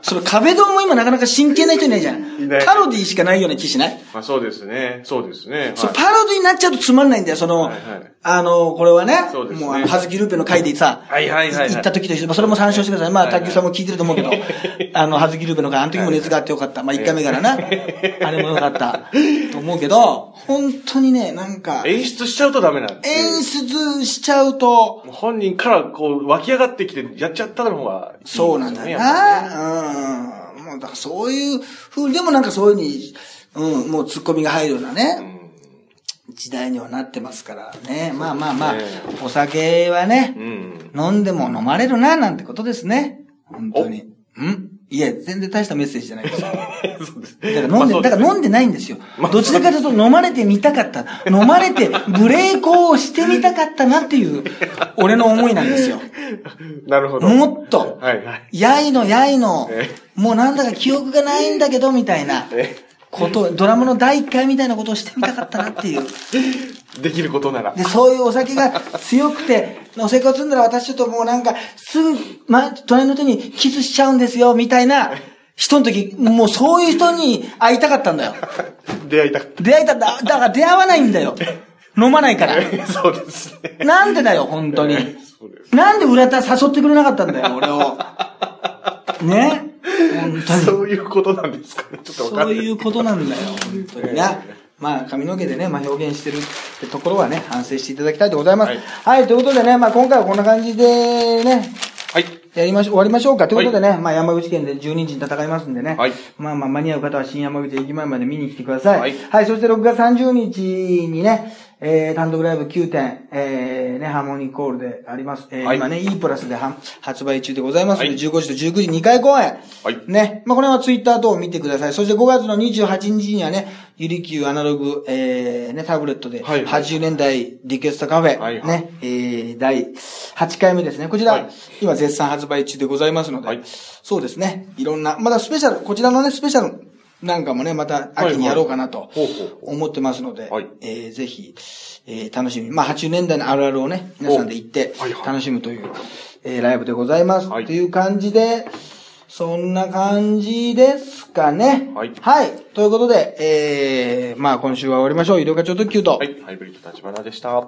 Speaker 1: その壁ドンも今なかなか真剣な人いないじゃん。
Speaker 2: いない
Speaker 1: パロディしかないような気しない、
Speaker 2: まあそうですね。そうですね。
Speaker 1: そう
Speaker 2: はい
Speaker 1: パロディになっちゃうとつまんないんだよ、その、
Speaker 2: はいはい
Speaker 1: あの、これはね、
Speaker 2: そうですね
Speaker 1: もうあの、はずきルーペの回でさ、
Speaker 2: はいはいはいはい
Speaker 1: 行った時と一緒で、まあ、それも参照してください。まあ、
Speaker 2: はいはい
Speaker 1: 卓球さんも聞いてると思う
Speaker 2: *laughs*
Speaker 1: けど、あの、はずきルーペの回、あの時も熱があってよかった。まあ、1回目からな、あれもよかった、と思うけど、本当にね、なんか、
Speaker 2: 演出しちゃうとダメなんです
Speaker 1: 演出しちゃうと、
Speaker 2: 本人からこう湧き上がってきてやっちゃったのがいいですよね
Speaker 1: そうなんだよ
Speaker 2: やっぱりね
Speaker 1: な。うん。もうだからそういう風に、でもなんかそういうふうに、うん、もう突っ込みが入るようなね、時代にはなってますからね。まあまあまあ
Speaker 2: ね、
Speaker 1: お酒はね
Speaker 2: う、ん。うん。
Speaker 1: 飲んでも飲まれるな、なんてことですね。本当に。うんいや、全然大したメッセージじゃないです
Speaker 2: *laughs*
Speaker 1: よ。
Speaker 2: そうです
Speaker 1: だから飲んで、だから飲んでないんですよ。
Speaker 2: まあ
Speaker 1: どちらかというと飲まれてみたかった。飲まれてブレーコをしてみたかったなっていう、俺の思いなんですよ。
Speaker 2: なるほど。
Speaker 1: もっと、
Speaker 2: はいはい。
Speaker 1: やいのやいの
Speaker 2: え、
Speaker 1: もうなんだか記憶がないんだけど、みたいな
Speaker 2: え
Speaker 1: こと、ドラムの第一回みたいなことをしてみたかったなっていう。
Speaker 2: できることなら。
Speaker 1: で、そういうお酒が強くて、お酒を積んだら私ちょっともうなんか、すぐ、ま、隣の人にキスしちゃうんですよ、みたいな人の時、もうそういう人に会いたかったんだよ。
Speaker 2: 出会いたかっ
Speaker 1: 出会えたんだ、だから出会わないんだよ。飲まないから。
Speaker 2: た。 *laughs* そうですね。
Speaker 1: なんでだよ、本当に
Speaker 2: えーそうで。
Speaker 1: なんで裏田誘ってくれなかったんだよ、俺を。ね本当に。
Speaker 2: そういうことなんですかね。ちょっとわか
Speaker 1: そ
Speaker 2: ん
Speaker 1: う
Speaker 2: ない。
Speaker 1: いうことなんだよ、本当にな。まあ、髪の毛でね、まあ、表現してるってところはね、反省していただきたいでございます。
Speaker 2: はい
Speaker 1: はい、ということでね、まあ、今回はこんな感じでね、
Speaker 2: はい。
Speaker 1: やりましょう、終わりましょうか。ということでね、まあ山口県で12時に戦いますんでね。
Speaker 2: はい
Speaker 1: まあまあ間に合う方は新山口駅前まで見に来てください。
Speaker 2: はい
Speaker 1: そして6月30日にね、えー、単独ライブ9点、えー、ね、ハーモニーコールであります。えー
Speaker 2: はい
Speaker 1: 今ね、E プラスでは発売中でございますので、
Speaker 2: はい
Speaker 1: 15時と19時2回公演。
Speaker 2: はい
Speaker 1: ね。まあこれはツイッター等を見てください。そして5月の28日にはね、ゆりきゅうアナログ、えー、ね、タブレットで、
Speaker 2: はい
Speaker 1: 80年代リクエストカフェ、
Speaker 2: はいはい
Speaker 1: ね、えー、第8回目ですね。こちら、
Speaker 2: はい
Speaker 1: 今絶賛発売中でございますので、
Speaker 2: はい
Speaker 1: そうですね、いろんな、まだスペシャル、こちらのね、スペシャルなんかもね、また秋にやろうかなと
Speaker 2: はいはいほうほうほ
Speaker 1: 思ってますので、
Speaker 2: はい
Speaker 1: えーぜひ、えー楽しみに。まあ、80年代のあるあるをね、皆さんで行って
Speaker 2: おはいはい
Speaker 1: 楽しむという、えーライブでございます。
Speaker 2: はい
Speaker 1: という感じで、そんな感じですかね。
Speaker 2: はい
Speaker 1: ということで、えー、まあ今週は終わりましょう。医療課長特急と。
Speaker 2: はい。ハイブリッド立花でした。